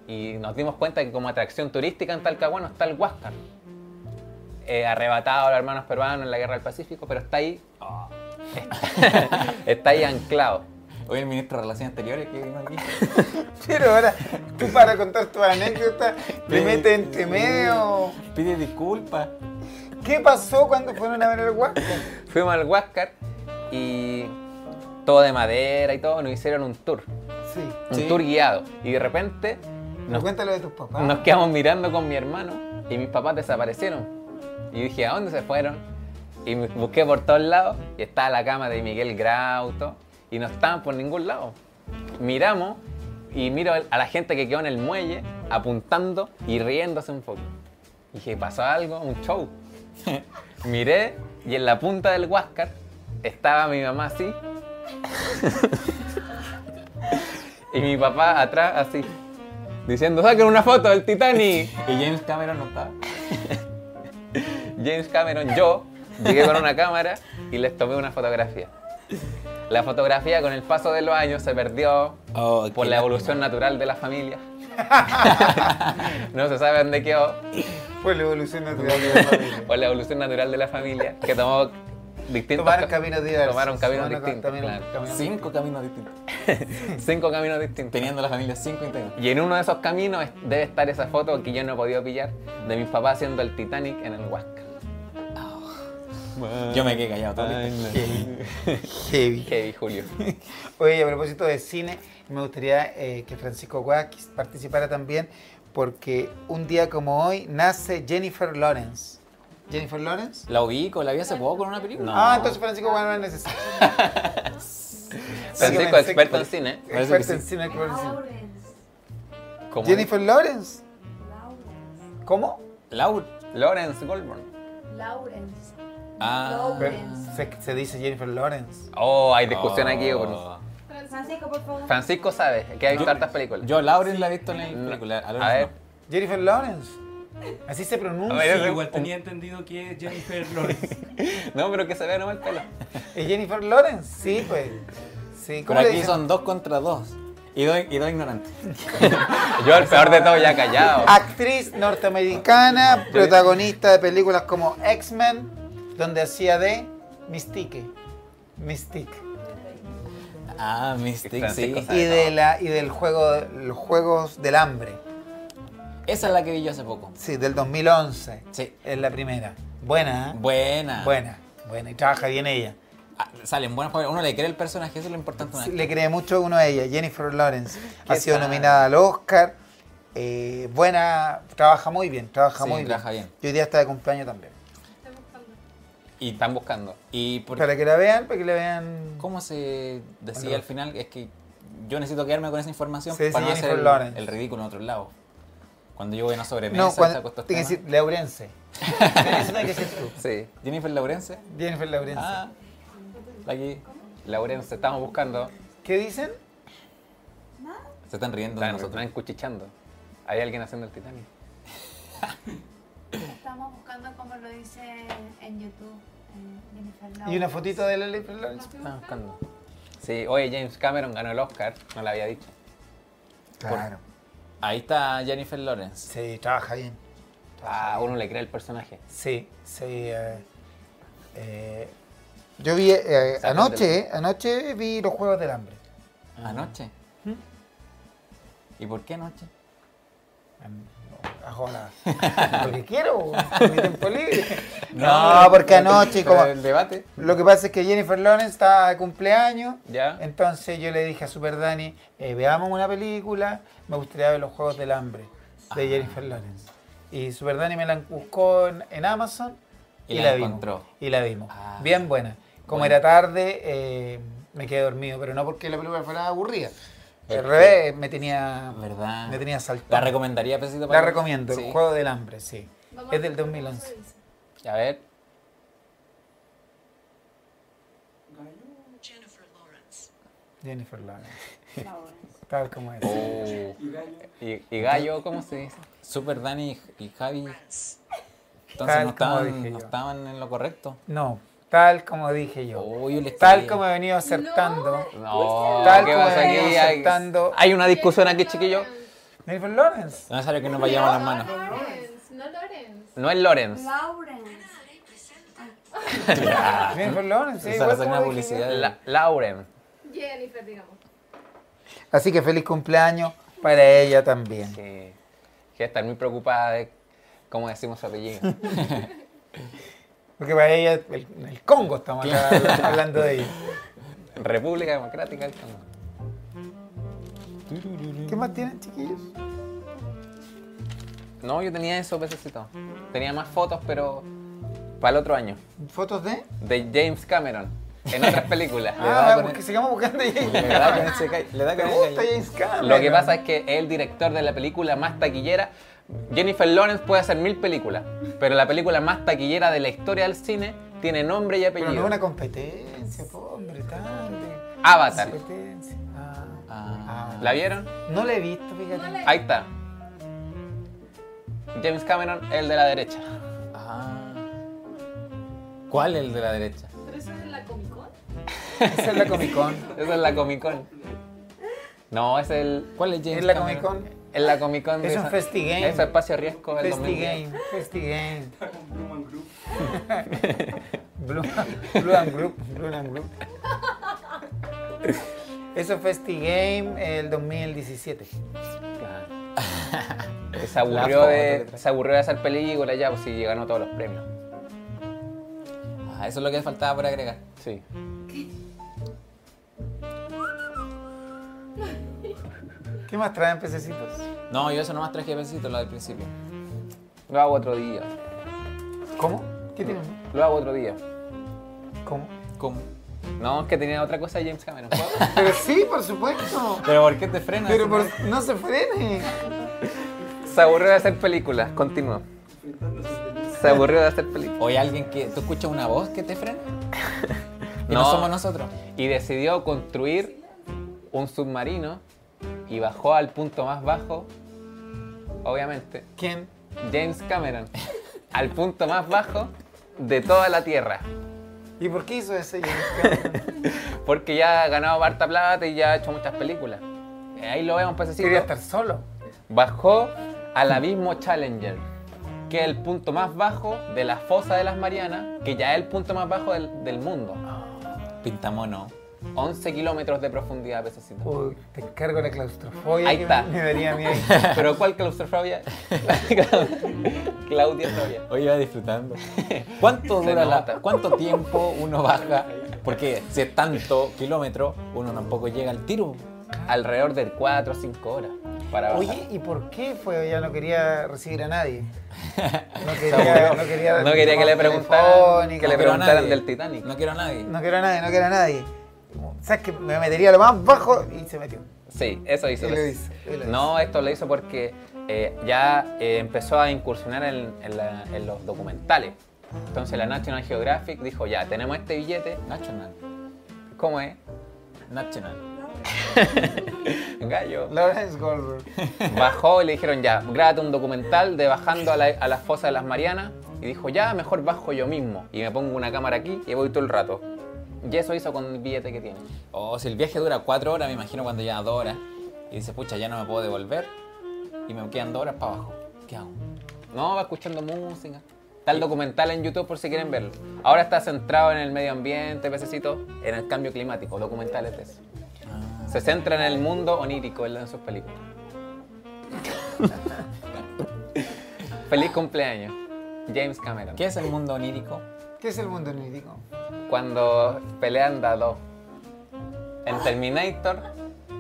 Y nos dimos cuenta que como atracción turística en Talcahuano está el Huáscar. Eh, arrebatado a los hermanos peruanos en la Guerra del Pacífico, pero está ahí. Ah. está ahí anclado. Oye, el ministro de Relaciones Exteriores que vino aquí. Pero ahora, tú para contar tu anécdota, le metes entre medio. Pide disculpas. ¿Qué pasó cuando fueron a ver el Huáscar? Fuimos al Huáscar y todo de madera y todo, nos hicieron un tour, Sí. un Sí. tour guiado. Y de repente No nos, cuéntalo de tus papás. nos quedamos mirando con mi hermano y mis papás desaparecieron. Y yo dije, ¿a dónde se fueron? Y me- busqué por todos lados y estaba la cama de Miguel Grauto y no estaban por ningún lado. Miramos y miro a la gente que quedó en el muelle apuntando y riéndose un poco. Dije, ¿pasó algo? ¿Un show? Miré y en la punta del Huáscar estaba mi mamá así. y mi papá atrás así. Diciendo, saquen una foto del Titanic. Y James Cameron no estaba. James Cameron, yo, llegué con una cámara y les tomé una fotografía. La fotografía con el paso de los años se perdió por Oh, la qué lástima. evolución natural de la familia. no se sabe dónde quedó. Fue Pues la evolución natural de la familia. Por la evolución natural de la familia que tomó distintos Tomaron ca- caminos diversos. Tomaron caminos Tomaron distintos, caminos- claro. caminos Cinco caminos distintos. Cinco caminos distintos. Teniendo la familia cinco integrantes. Y en uno de esos caminos es- debe estar esa foto que yo no he podido pillar de mis papás haciendo el Titanic en el Huasca. Yo me quedé callado Ah, todo el tiempo. Heavy. Heavy, Julio. Oye, a propósito de cine, me gustaría eh, que Francisco Guax participara también, porque un día como hoy nace Jennifer Lawrence. ¿Jennifer Lawrence? La ubico, la vi hace poco en una película. Ah, entonces Francisco Guax no es necesario. Francisco, experto en cine. ¿eh? Parece que Experto en sí. cine, experto en cine. Lawrence. Como Jennifer Lawrence. Lawrence. ¿Cómo? Laura. Lawrence Goldborn. Lawrence. Ah. Pero Lawrence. Se, se dice Jennifer Lawrence. Oh, hay discusión aquí. Oh. por- Francisco, por favor. Francisco sabe que hay Yo- tantas películas. Yo a Lauren la he visto en la No. película. A, Mm. A ver. Jennifer Lawrence. Así se A pronuncia. ver, Sí, igual tenía entendido que es Jennifer Lawrence. No, pero que se vea nomás el pelo. ¿Es Jennifer Lawrence? Sí, pues. Sí, Pero ¿cómo le aquí dicen? son dos contra dos. Y dos, y dos ignorantes. Yo, el peor de todo, ya callado. Actriz norteamericana, protagonista de películas como X-Men, donde hacía de Mystique. Mystique. Ah, Mystic, sí. Francisco sabe. Y, de la, y del juego, los Juegos del Hambre. Esa es la que vi yo hace poco. Sí, del 2011. Sí. Es la primera. Buena, ¿eh? Buena. Buena, buena. Y trabaja bien ella. Ah, salen buenas papeles. Uno le cree el personaje, eso es lo importante. Sí, le cree mucho uno a ella, Jennifer Lawrence. Ha ¿Qué sido tal? nominada al Oscar. Eh, buena, trabaja muy bien, trabaja Sí, muy trabaja bien. bien. Y hoy día está de cumpleaños también. Estoy buscando. Y están buscando. Y por, Para que la vean, para que la vean. ¿Cómo se decía Bueno. al final? Es que yo necesito quedarme con esa información Se dice para no hacer Jennifer el, Lawrence. el ridículo en otros lados. Cuando yo voy a una sobremesa, No, cuando, saco estos tiene temas. que decir Laurense. Eso tiene que decir tú. Sí. Jennifer Lawrence. Jennifer Laurense. Ah, la que- Laurence, estamos buscando. ¿Qué dicen? se están riendo de Están, nosotros. están encuchichando. Hay alguien haciendo el Titanic. Estamos buscando como lo dice en YouTube. eh, Jennifer Y una Lawrence. fotito de la Jennifer Lawrence. Están buscando. Sí, oye, James Cameron ganó el Oscar. No lo había dicho. Claro. Ahí está Jennifer Lawrence. Sí, trabaja bien. Ah, uno le cree el personaje. Sí, sí. eh, eh, yo vi eh, Sacan anoche, eh, anoche vi los Juegos del Hambre. ¿Anoche? ¿Y por qué anoche? Ajo nada. Em, Porque quiero, en mi tiempo libre. No, porque anoche, Pero como, El debate. lo que pasa es que Jennifer Lawrence está de cumpleaños. Ya. Entonces yo le dije a Super Dani, eh, veamos una película, me gustaría ver los Juegos del Hambre de Ah. Jennifer Lawrence. Y Super Dani me la buscó en, en Amazon Y y, la la, vimos. encontró. Y la vimos. Ah. Bien buena. Como Bueno. era tarde, eh, me quedé dormido, pero no porque la película fuera aburrida. Porque- Al revés, me tenía, ¿Verdad? me tenía saltado. ¿La recomendaría, Pesito? La para- recomiendo, Sí. el juego del hambre, sí. Vamos Es a- del 2011. vamos a- A ver. Jennifer Lawrence, Lawrence. tal como es. Oh. Y, y Gallo, ¿cómo se dice? Super Dani y- y Javi. Entonces Tal no como estaban, dije no yo. estaban en lo correcto. No, tal como dije yo. Oh, yo les tal creí. como he venido acertando. No, Tal ¿qué como pasa aquí? venimos Hay, aceptando- hay una discusión aquí, chiquillo. Jennifer Lawrence. No es necesario que nos vayamos las manos. No Lawrence, no Lawrence. No es Lawrence. Lawrence. Jennifer Lawrence, sí, Esa igual es como una dije publicidad. La- Lauren. Jennifer, digamos. yo. Así que feliz cumpleaños para ella también. Que, que está muy preocupada de cómo decimos su apellido. Porque para ella, el, el Congo estamos acá hablando- hablando de ella. República Democrática del Congo. ¿Qué más tienen, chiquillos? No, yo tenía eso, pececito. Tenía más fotos, pero para el otro año. ¿Fotos de? De James Cameron. En otras películas. da Ah, con porque el- sigamos buscando a Le ella. da con ese ca- le da Me con gusta ese James Cameron. Lo que pasa es que el director de la película más taquillera, Jennifer Lawrence puede hacer mil películas, pero la película más taquillera de la historia del cine tiene nombre y Pero no apellido. es una competencia, po, hombre, tarde. Avatar. Competencia. Ah. Ah. Ah. ¿La vieron? No la he visto, fíjate. No la he Ahí está. James Cameron, el de la derecha. Ah. ¿Cuál el de la derecha? Pero eso es en la Comic Con. Esa es la Comic Con. Esa es la Comic Con. No, es el. ¿Cuál es James Es la Cameron? Comic Con. Es la Comic Con. de Es un esa- festigame. Es espacio riesgo del Festigame, Festigame. Con Blue Man Group. Blue, Blue and Group. Blue and Group. Eso es Festigame el 2017. 2000. Claro. Se aburrió, foto de, que trae. se aburrió de hacer películas ya, pues si ganó todos los premios. Ah, eso es lo que faltaba por agregar. Sí. ¿Qué más traen pececitos? No, yo eso nomás traje besito, lo del principio. Lo hago otro día. ¿Cómo? ¿Qué tienen? Lo hago otro día. ¿Cómo? ¿Cómo? No, es que tenía otra cosa James Cameron. Pero sí, por supuesto. ¿Pero por qué te frenas? Pero por- no se frene. Se aburrió de hacer películas. Continúa. Se aburrió de hacer películas. ¿O hay alguien que tú escuchas una voz que te frena? Y no, No. somos nosotros. Y decidió construir un submarino y bajó al punto más bajo, obviamente. ¿Quién? James Cameron. Al punto más bajo de toda la Tierra. ¿Y por qué hizo ese? Porque ya ha ganado harta plata y ya ha hecho muchas películas. Eh, Ahí lo vemos, pececito. Quería estar solo. Bajó al abismo Challenger, que es el punto más bajo de la fosa de las Marianas, que ya es el punto más bajo del, del mundo. Pintamono. 11 kilómetros de profundidad, pececito. Uy, te cargo la claustrofobia. Ahí que está. Me daría miedo. Pero ¿cuál claustrofobia? Claudia Fobia. Hoy iba disfrutando. ¿Cuánto Se dura nota. la, ¿Cuánto tiempo uno baja? Porque si es tanto kilómetro, uno tampoco llega al tiro. Alrededor de 4 o 5 horas para bajar. Oye, ¿y por qué fue? Ella no quería recibir a nadie. No quería, no quería, No quería que le preguntaran, que telefónica. le quiero a preguntaran nadie. del Titanic. No quiero a nadie. No quiero a nadie, no quiero a nadie. ¿Sabes que Me metería lo más bajo y se metió. Sí, eso hizo. Y lo eso. hizo, y lo no, esto lo hizo porque eh, ya eh, empezó a incursionar en, en la- en los documentales. Entonces la National Geographic dijo, ya, tenemos este billete, National. ¿cómo es? National. Gallo. Lawrence Goldberg. Bajó y le dijeron, ya, grábate un documental de bajando a la, a la fosa de las Marianas. Y dijo, ya, mejor bajo yo mismo. Y me pongo una cámara aquí y voy todo el rato. Y eso hizo con el billete que tiene. O Oh, si el viaje dura cuatro horas, me imagino cuando ya dos horas. Y dice, pucha, ya no me puedo devolver. Y me quedan dos horas para abajo. ¿Qué hago? No, va escuchando música. Está el documental en YouTube por si quieren verlo. Ahora está centrado en el medio ambiente, pececito, en el cambio climático, documentales de eso. Se centra en el mundo onírico en sus películas. Feliz cumpleaños, James Cameron. ¿Qué es el mundo onírico? ¿Qué es el mundo onírico? Cuando pelean Dado. En Terminator,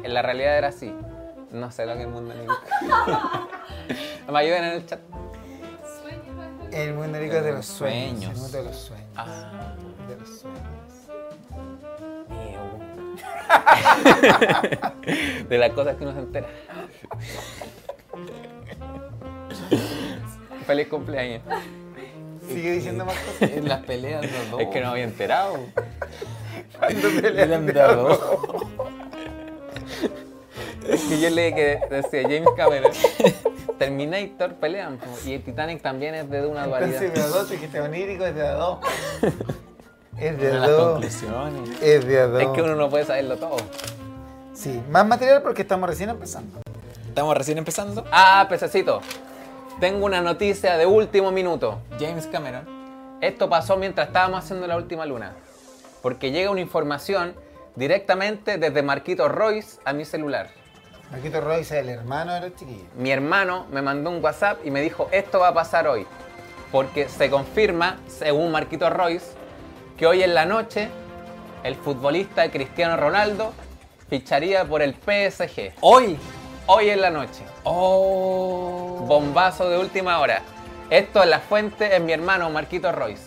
en la realidad era así. No sé lo que es el mundo onírico. ¿Me ayuden en el chat? Sueños. El mundo onírico es de los sueños. Sueños. El mundo de los sueños. Ah. De los sueños. De las cosas que uno se entera. Feliz cumpleaños. Sigue diciendo más cosas. En las peleas los dos. Es que no había enterado. Eran de a dos. Es que yo leí que decía James Cameron. Terminator pelean. po, Y el Titanic también es de una Entonces de dualidad. a dos, dijiste onírico es de a dos. Es de Eran a las dos. conclusiones. Es de a dos. Es que uno no puede saberlo todo. Sí, más material porque estamos recién empezando. Estamos recién empezando. Ah, pececito. Tengo una noticia de último minuto. James Cameron. Esto pasó mientras estábamos haciendo la última luna. Porque llega una información directamente desde Marquito Royce a mi celular. Marquito Royce es el hermano de los chiquillos. mi hermano me mandó un WhatsApp y me dijo, esto va a pasar hoy. Porque se confirma, según Marquito Royce, que hoy en la noche el futbolista Cristiano Ronaldo ficharía por el PSG. Hoy. Hoy en la noche. Oh. Bombazo de última hora. Esto en la fuente es mi hermano Marquito Royce.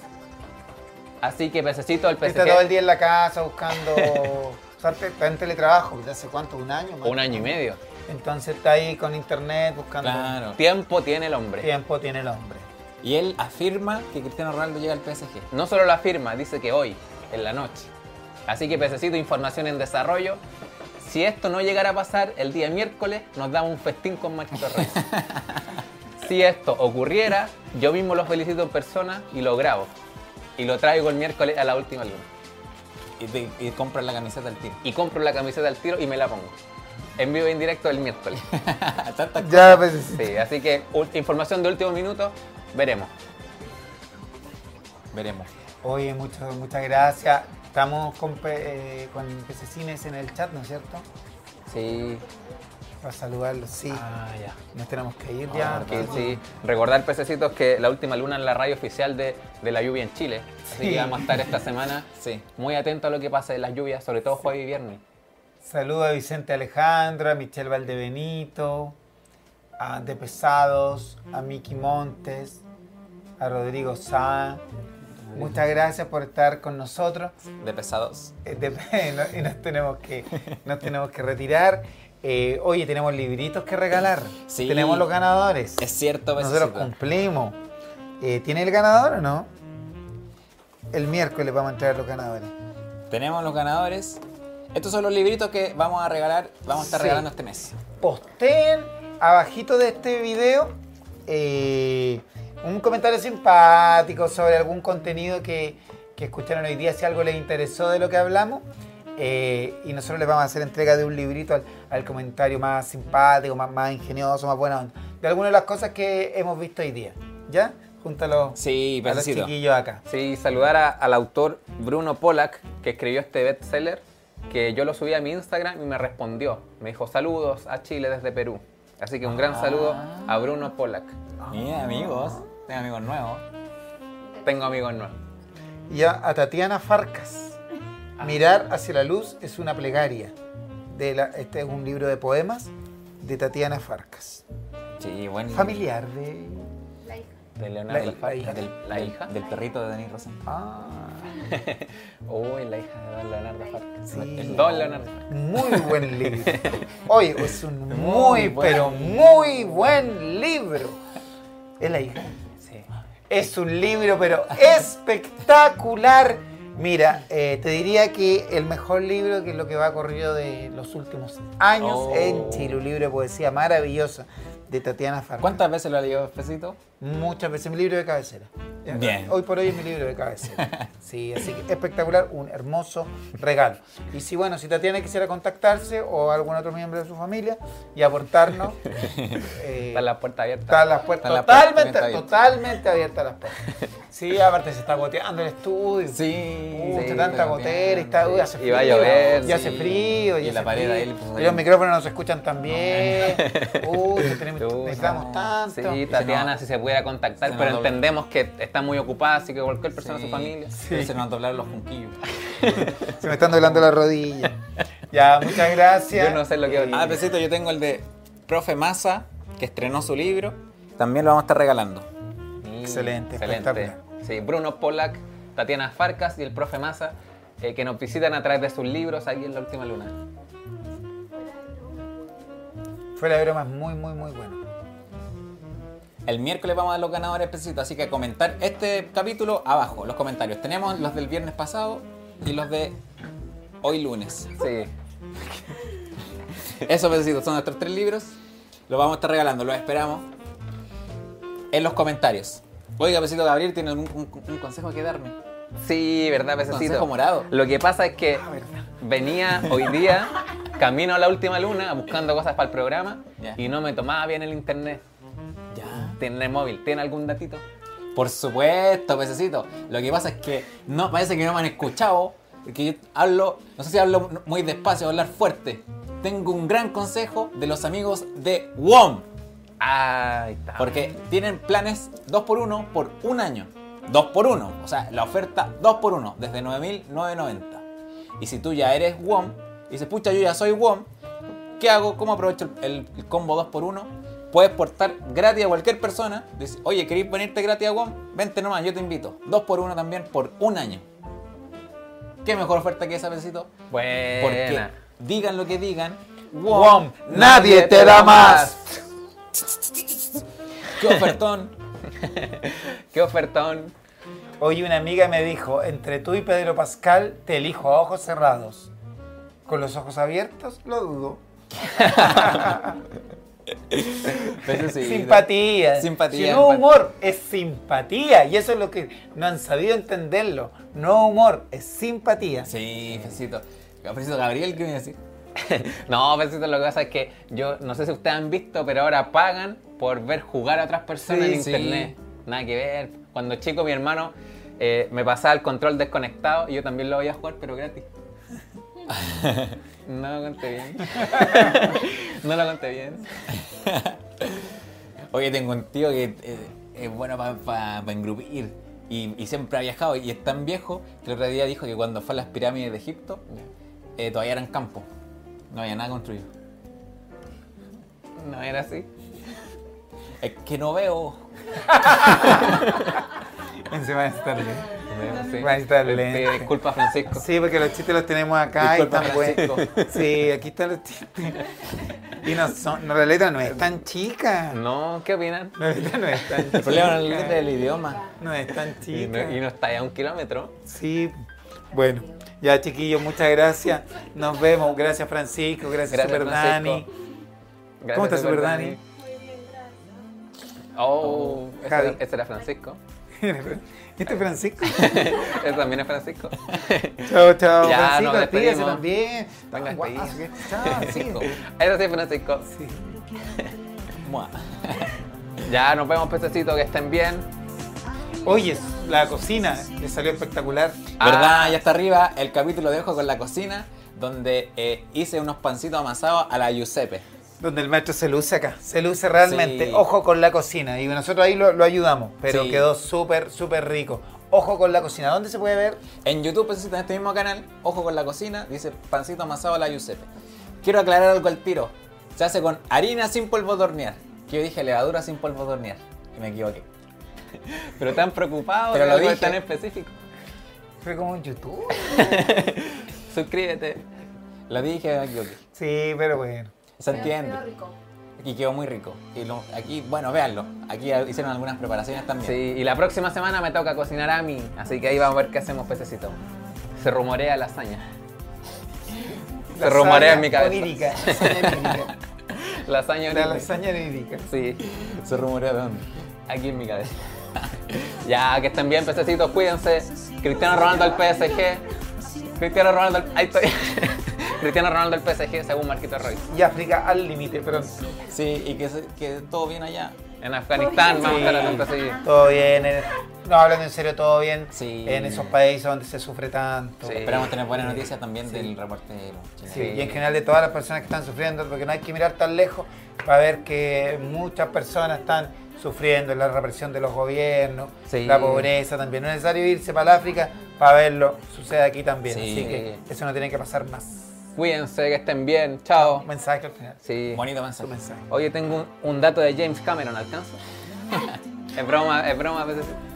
Así Pues que pececito el PSG. Está todo el día en la casa buscando. o sea, te- está en teletrabajo, ¿de hace cuánto? ¿Un año? más? Un año y medio. Entonces está ahí con internet buscando. Claro. Tiempo tiene el hombre. Tiempo tiene el hombre. Y él afirma que Cristiano Ronaldo llega al PSG. No solo lo afirma, dice que hoy, en la noche. Así que necesito información en desarrollo. Si esto no llegara a pasar el día miércoles, nos damos un festín con Marquito Reyes. si esto ocurriera, yo mismo lo felicito en persona y lo grabo. Y lo traigo el miércoles a la última luna. Y, te- y compra la camiseta al tiro. Y compro la camiseta al tiro y me la pongo. En vivo y en directo el miércoles. Tantas cosas. Ya, pues. Sí, así que ul- información de último minuto, veremos. Veremos. Oye, mucho- muchas gracias. Estamos con, pe- eh, con Pececines en el chat, ¿no es cierto? Sí, Para saludarlos, sí. Ah, ya. Nos tenemos que ir ya. Porque Ah, sí, recordar, pececitos, que la última luna es la radio oficial de, de la lluvia en Chile. Así Sí. que vamos a estar esta semana Sí. muy atentos a lo que pasa en las lluvias, sobre todo jueves y viernes. Saludo a Vicente Alejandro, a Michelle Valdebenito, a De Pesados, a Miki Montes, a Rodrigo Sá. Muchas gracias por estar con nosotros. De pesados. Eh, de- no- y nos tenemos que, nos tenemos que retirar. Eh, oye, tenemos libritos que regalar. Sí. Tenemos los ganadores. Es cierto, Nosotros pececito. cumplimos. Eh, ¿Tiene el ganador o no? El miércoles vamos a entregar los ganadores. Tenemos los ganadores. Estos son los libritos que vamos a regalar, vamos a estar Sí. regalando este mes. posteen abajito de este video eh, un comentario simpático sobre algún contenido que, que escucharon hoy día, si algo les interesó de lo que hablamos. eh, y nosotros les vamos a hacer entrega de un librito al, al comentario más simpático, más, más ingenioso, más buena onda, de alguna de las cosas que hemos visto hoy día. ¿Ya? Junto a los, Sí, a los pececito. chiquillos acá. Sí, saludar a- al autor Bruno Pollack, que escribió este bestseller, que yo lo subí a mi Instagram y me respondió. Me dijo, saludos a Chile desde Perú. Así que un gran Ah. saludo a Bruno Pollack. Mira, amigos. Tengo amigos nuevos. Tengo amigos nuevos. Y a, a Tatiana Farcas. Mirar hacia la luz es una plegaria. De la, este es un libro de poemas de Tatiana Farcas. Sí, buen. Familiar de. La hija. De La- Leonardo. la hija. Del, ¿La del- hija? Del perrito de Denis Rosen. Ah, Uy, la hija de Don Leonardo Farca. Sí. El Don Leonardo Farca. muy buen libro. Oye, es un muy, Muy buen. pero muy buen libro. Es la hija. Sí. Es un libro, pero espectacular. Mira, eh, te diría que el mejor libro que es lo que va corrido de los últimos años Oh. en Chile, un libro de poesía maravillosa de Tatiana Farca. ¿Cuántas veces lo ha leído Pecito? Muchas veces mi libro de cabecera. Ya, Bien. Hoy por hoy es mi libro de cabecera. Sí, así que espectacular, un hermoso regalo. Y si bueno, si Tatiana quisiera contactarse o algún otro miembro de su familia y aportarnos, eh, Está la puerta abierta. están las puertas Están las totalmente, puertas bien abiertas. totalmente abiertas las puertas. Sí, aparte se está goteando el estudio. Sí. Uy, sí, tanta gotera y está, uy, hace Y frío. va a llover, Y hace sí. frío. Y hace la pared frío. ahí, pues, Y ahí. los micrófonos no se escuchan tan bien. Uy, que tenemos- Tú, necesitamos no. tanto. Sí, Tatiana, si se pudiera contactar, Se pero nos doble- entendemos que está muy ocupada, así que cualquier persona de Sí. su familia. Pero Se nos doblaron los junquillos. Se me están doblando la rodilla. Ya, muchas gracias. Yo no sé lo que- Ah, Pecito, yo tengo el de Profe Massa, que estrenó su libro. También lo vamos a estar regalando. Mm, Excelente, espectacular. Sí, Bruno Pollack, Tatiana Farcas y el profe Massa, eh, que nos visitan a través de sus libros aquí en La Última Luna. Fue la broma muy, muy, muy buena. El miércoles vamos a dar los ganadores Pecito, así que comentar este capítulo abajo, los comentarios. Tenemos los del viernes pasado y los de hoy lunes. Sí, Eso, Pecito, son nuestros tres libros. Los vamos a estar regalando, los esperamos en los comentarios. Oiga, Pecito Gabriel, ¿tiene algún un- un consejo que darme? sí, ¿verdad, pececito? Consejo morado. Lo que pasa es Ah, que venía hoy día, camino a La Última Luna, buscando cosas para el programa, Ya. y no me tomaba bien el internet. Ya. ¿Tiene móvil? ¿Tiene algún datito? Por supuesto, pececito. Lo que pasa es que no, parece que no me han escuchado. Porque yo hablo, no sé si hablo muy despacio o hablar fuerte. Tengo un gran consejo de los amigos de WOM. Ahí está. Porque tienen planes 2x1 por un año. 2x1. O sea, la oferta 2x1 desde 9.990. Y si tú ya eres WOM y dices, pucha, yo ya soy WOM, ¿qué hago? ¿Cómo aprovecho el, el combo 2x1? Puedes portar gratis a cualquier persona. Dices, oye, ¿querés venirte gratis a WOM? Vente nomás, yo te invito. 2x1 también por un año. ¿Qué mejor oferta que esa, besito? Porque Buena. digan lo que digan, WOM, WOM, nadie te da más. ¡Qué ofertón! ¡Qué ofertón! Hoy una amiga me dijo, entre tú y Pedro Pascal, te elijo a ojos cerrados. Con los ojos abiertos, lo dudo. Pececito. simpatía. Simpatía. Si no humor, es simpatía. Y eso es lo que no han sabido entenderlo. No humor, es simpatía. Sí, Fecito. Fecito Gabriel, ¿qué me decir? No, Pecito, lo que pasa es que yo no sé si ustedes han visto, pero ahora pagan por ver jugar a otras personas Sí, en sí. internet. Nada que ver. Cuando chico, mi hermano eh, me pasaba el control desconectado y yo también lo voy a jugar, pero gratis. No lo conté bien. no lo conté bien. Oye, tengo un tío que eh, es bueno para engrupir y, y siempre ha viajado y es tan viejo que el otro día dijo que cuando fue a las pirámides de Egipto eh, todavía eran campo, no había nada construido. No era así. Es que no veo. Encima de Starling. Sí. Va a estar Le pido lento. Disculpa, Francisco. Sí, porque los chistes los tenemos acá y Disculpa, están buenos. Francisco. Sí, aquí están los chistes. Y no son, no, la letra no es tan chica. No, ¿qué opinan? La letra no es tan chica. El problema no es la letra del idioma. No es tan Y chica. no, y no está ahí a un kilómetro. Sí. Bueno, ya chiquillos, muchas gracias. Nos vemos. Gracias Francisco, gracias, Gracias, Super Dani. Francisco. Gracias, ¿Cómo estás, Super Dani? Muy bien, gracias. Oh, ese Javi. era- ese era Francisco. Este es Francisco. Ese también es Francisco. Chao, chao. Ya, Francisco, nos despídese despedimos. también. Venga, Guau, despedida. Chao, sí. Ese sí es Francisco. Sí. Mua. Ya, nos vemos, pececitos, que estén bien. Oye, la cocina le salió espectacular. Ah. ¿Verdad? Ya está arriba el capítulo de Ojo con la Cocina, donde eh, hice unos pancitos amasados a la Giuseppe. Donde el maestro se luce acá, se luce realmente. Sí. Ojo con la cocina. Y nosotros ahí lo, lo ayudamos, pero Sí. quedó súper, súper rico. Ojo con la cocina. ¿Dónde se puede ver? En YouTube, pues, en este mismo canal, Ojo con la Cocina, dice pancito amasado a la Giuseppe. Quiero aclarar algo al tiro. Se hace con harina sin polvo de hornear. Que yo dije levadura sin polvo de hornear. Y me equivoqué. Pero tan preocupado, Pero pero lo lo dije. tan específico. Fue como en YouTube. Suscríbete. Lo dije, me equivoqué. Sí, pero bueno. Se Quedó entiende. rico. Y quedó muy rico. Y lo- aquí, bueno, véanlo. Aquí hicieron algunas preparaciones también. Sí, y la próxima semana me toca cocinar a mí, así que ahí vamos a ver qué hacemos, pececito. Se rumorea lasaña. Se rumorea en mi cabeza. Onírica. lasaña onírica. Lasaña La horrible. lasaña onírica. Sí, Se rumorea de dónde. aquí en mi cabeza. ya, que estén bien, pececitos, cuídense. Cristiano Ronaldo al PSG. Cristiano Ronaldo al... Ahí estoy. Cristiano Ronaldo al PSG, según Marquito Roy. Y África al límite, pero Sí, y que, se- que todo bien allá. En Afganistán, vamos a estar Sí. atentos así. todo bien. eh. No, hablando en serio, todo bien. Sí. En esos países donde se sufre tanto. Sí. Esperamos tener buenas noticias también del reportero. chileno. Sí, Sí. Y en general de todas las personas que están sufriendo, porque no hay que mirar tan lejos para ver que muchas personas están sufriendo la represión de los gobiernos, Sí. la pobreza también. No es necesario irse para el África para verlo, sucede aquí también. Sí. Así que eso no tiene que pasar más. Cuídense, que estén bien. Chao. Un mensaje al final. Sí. Bonito Tu mensaje. mensaje. Oye, tengo un, un dato de James Cameron, ¿alcanza? es broma, es broma, pececito.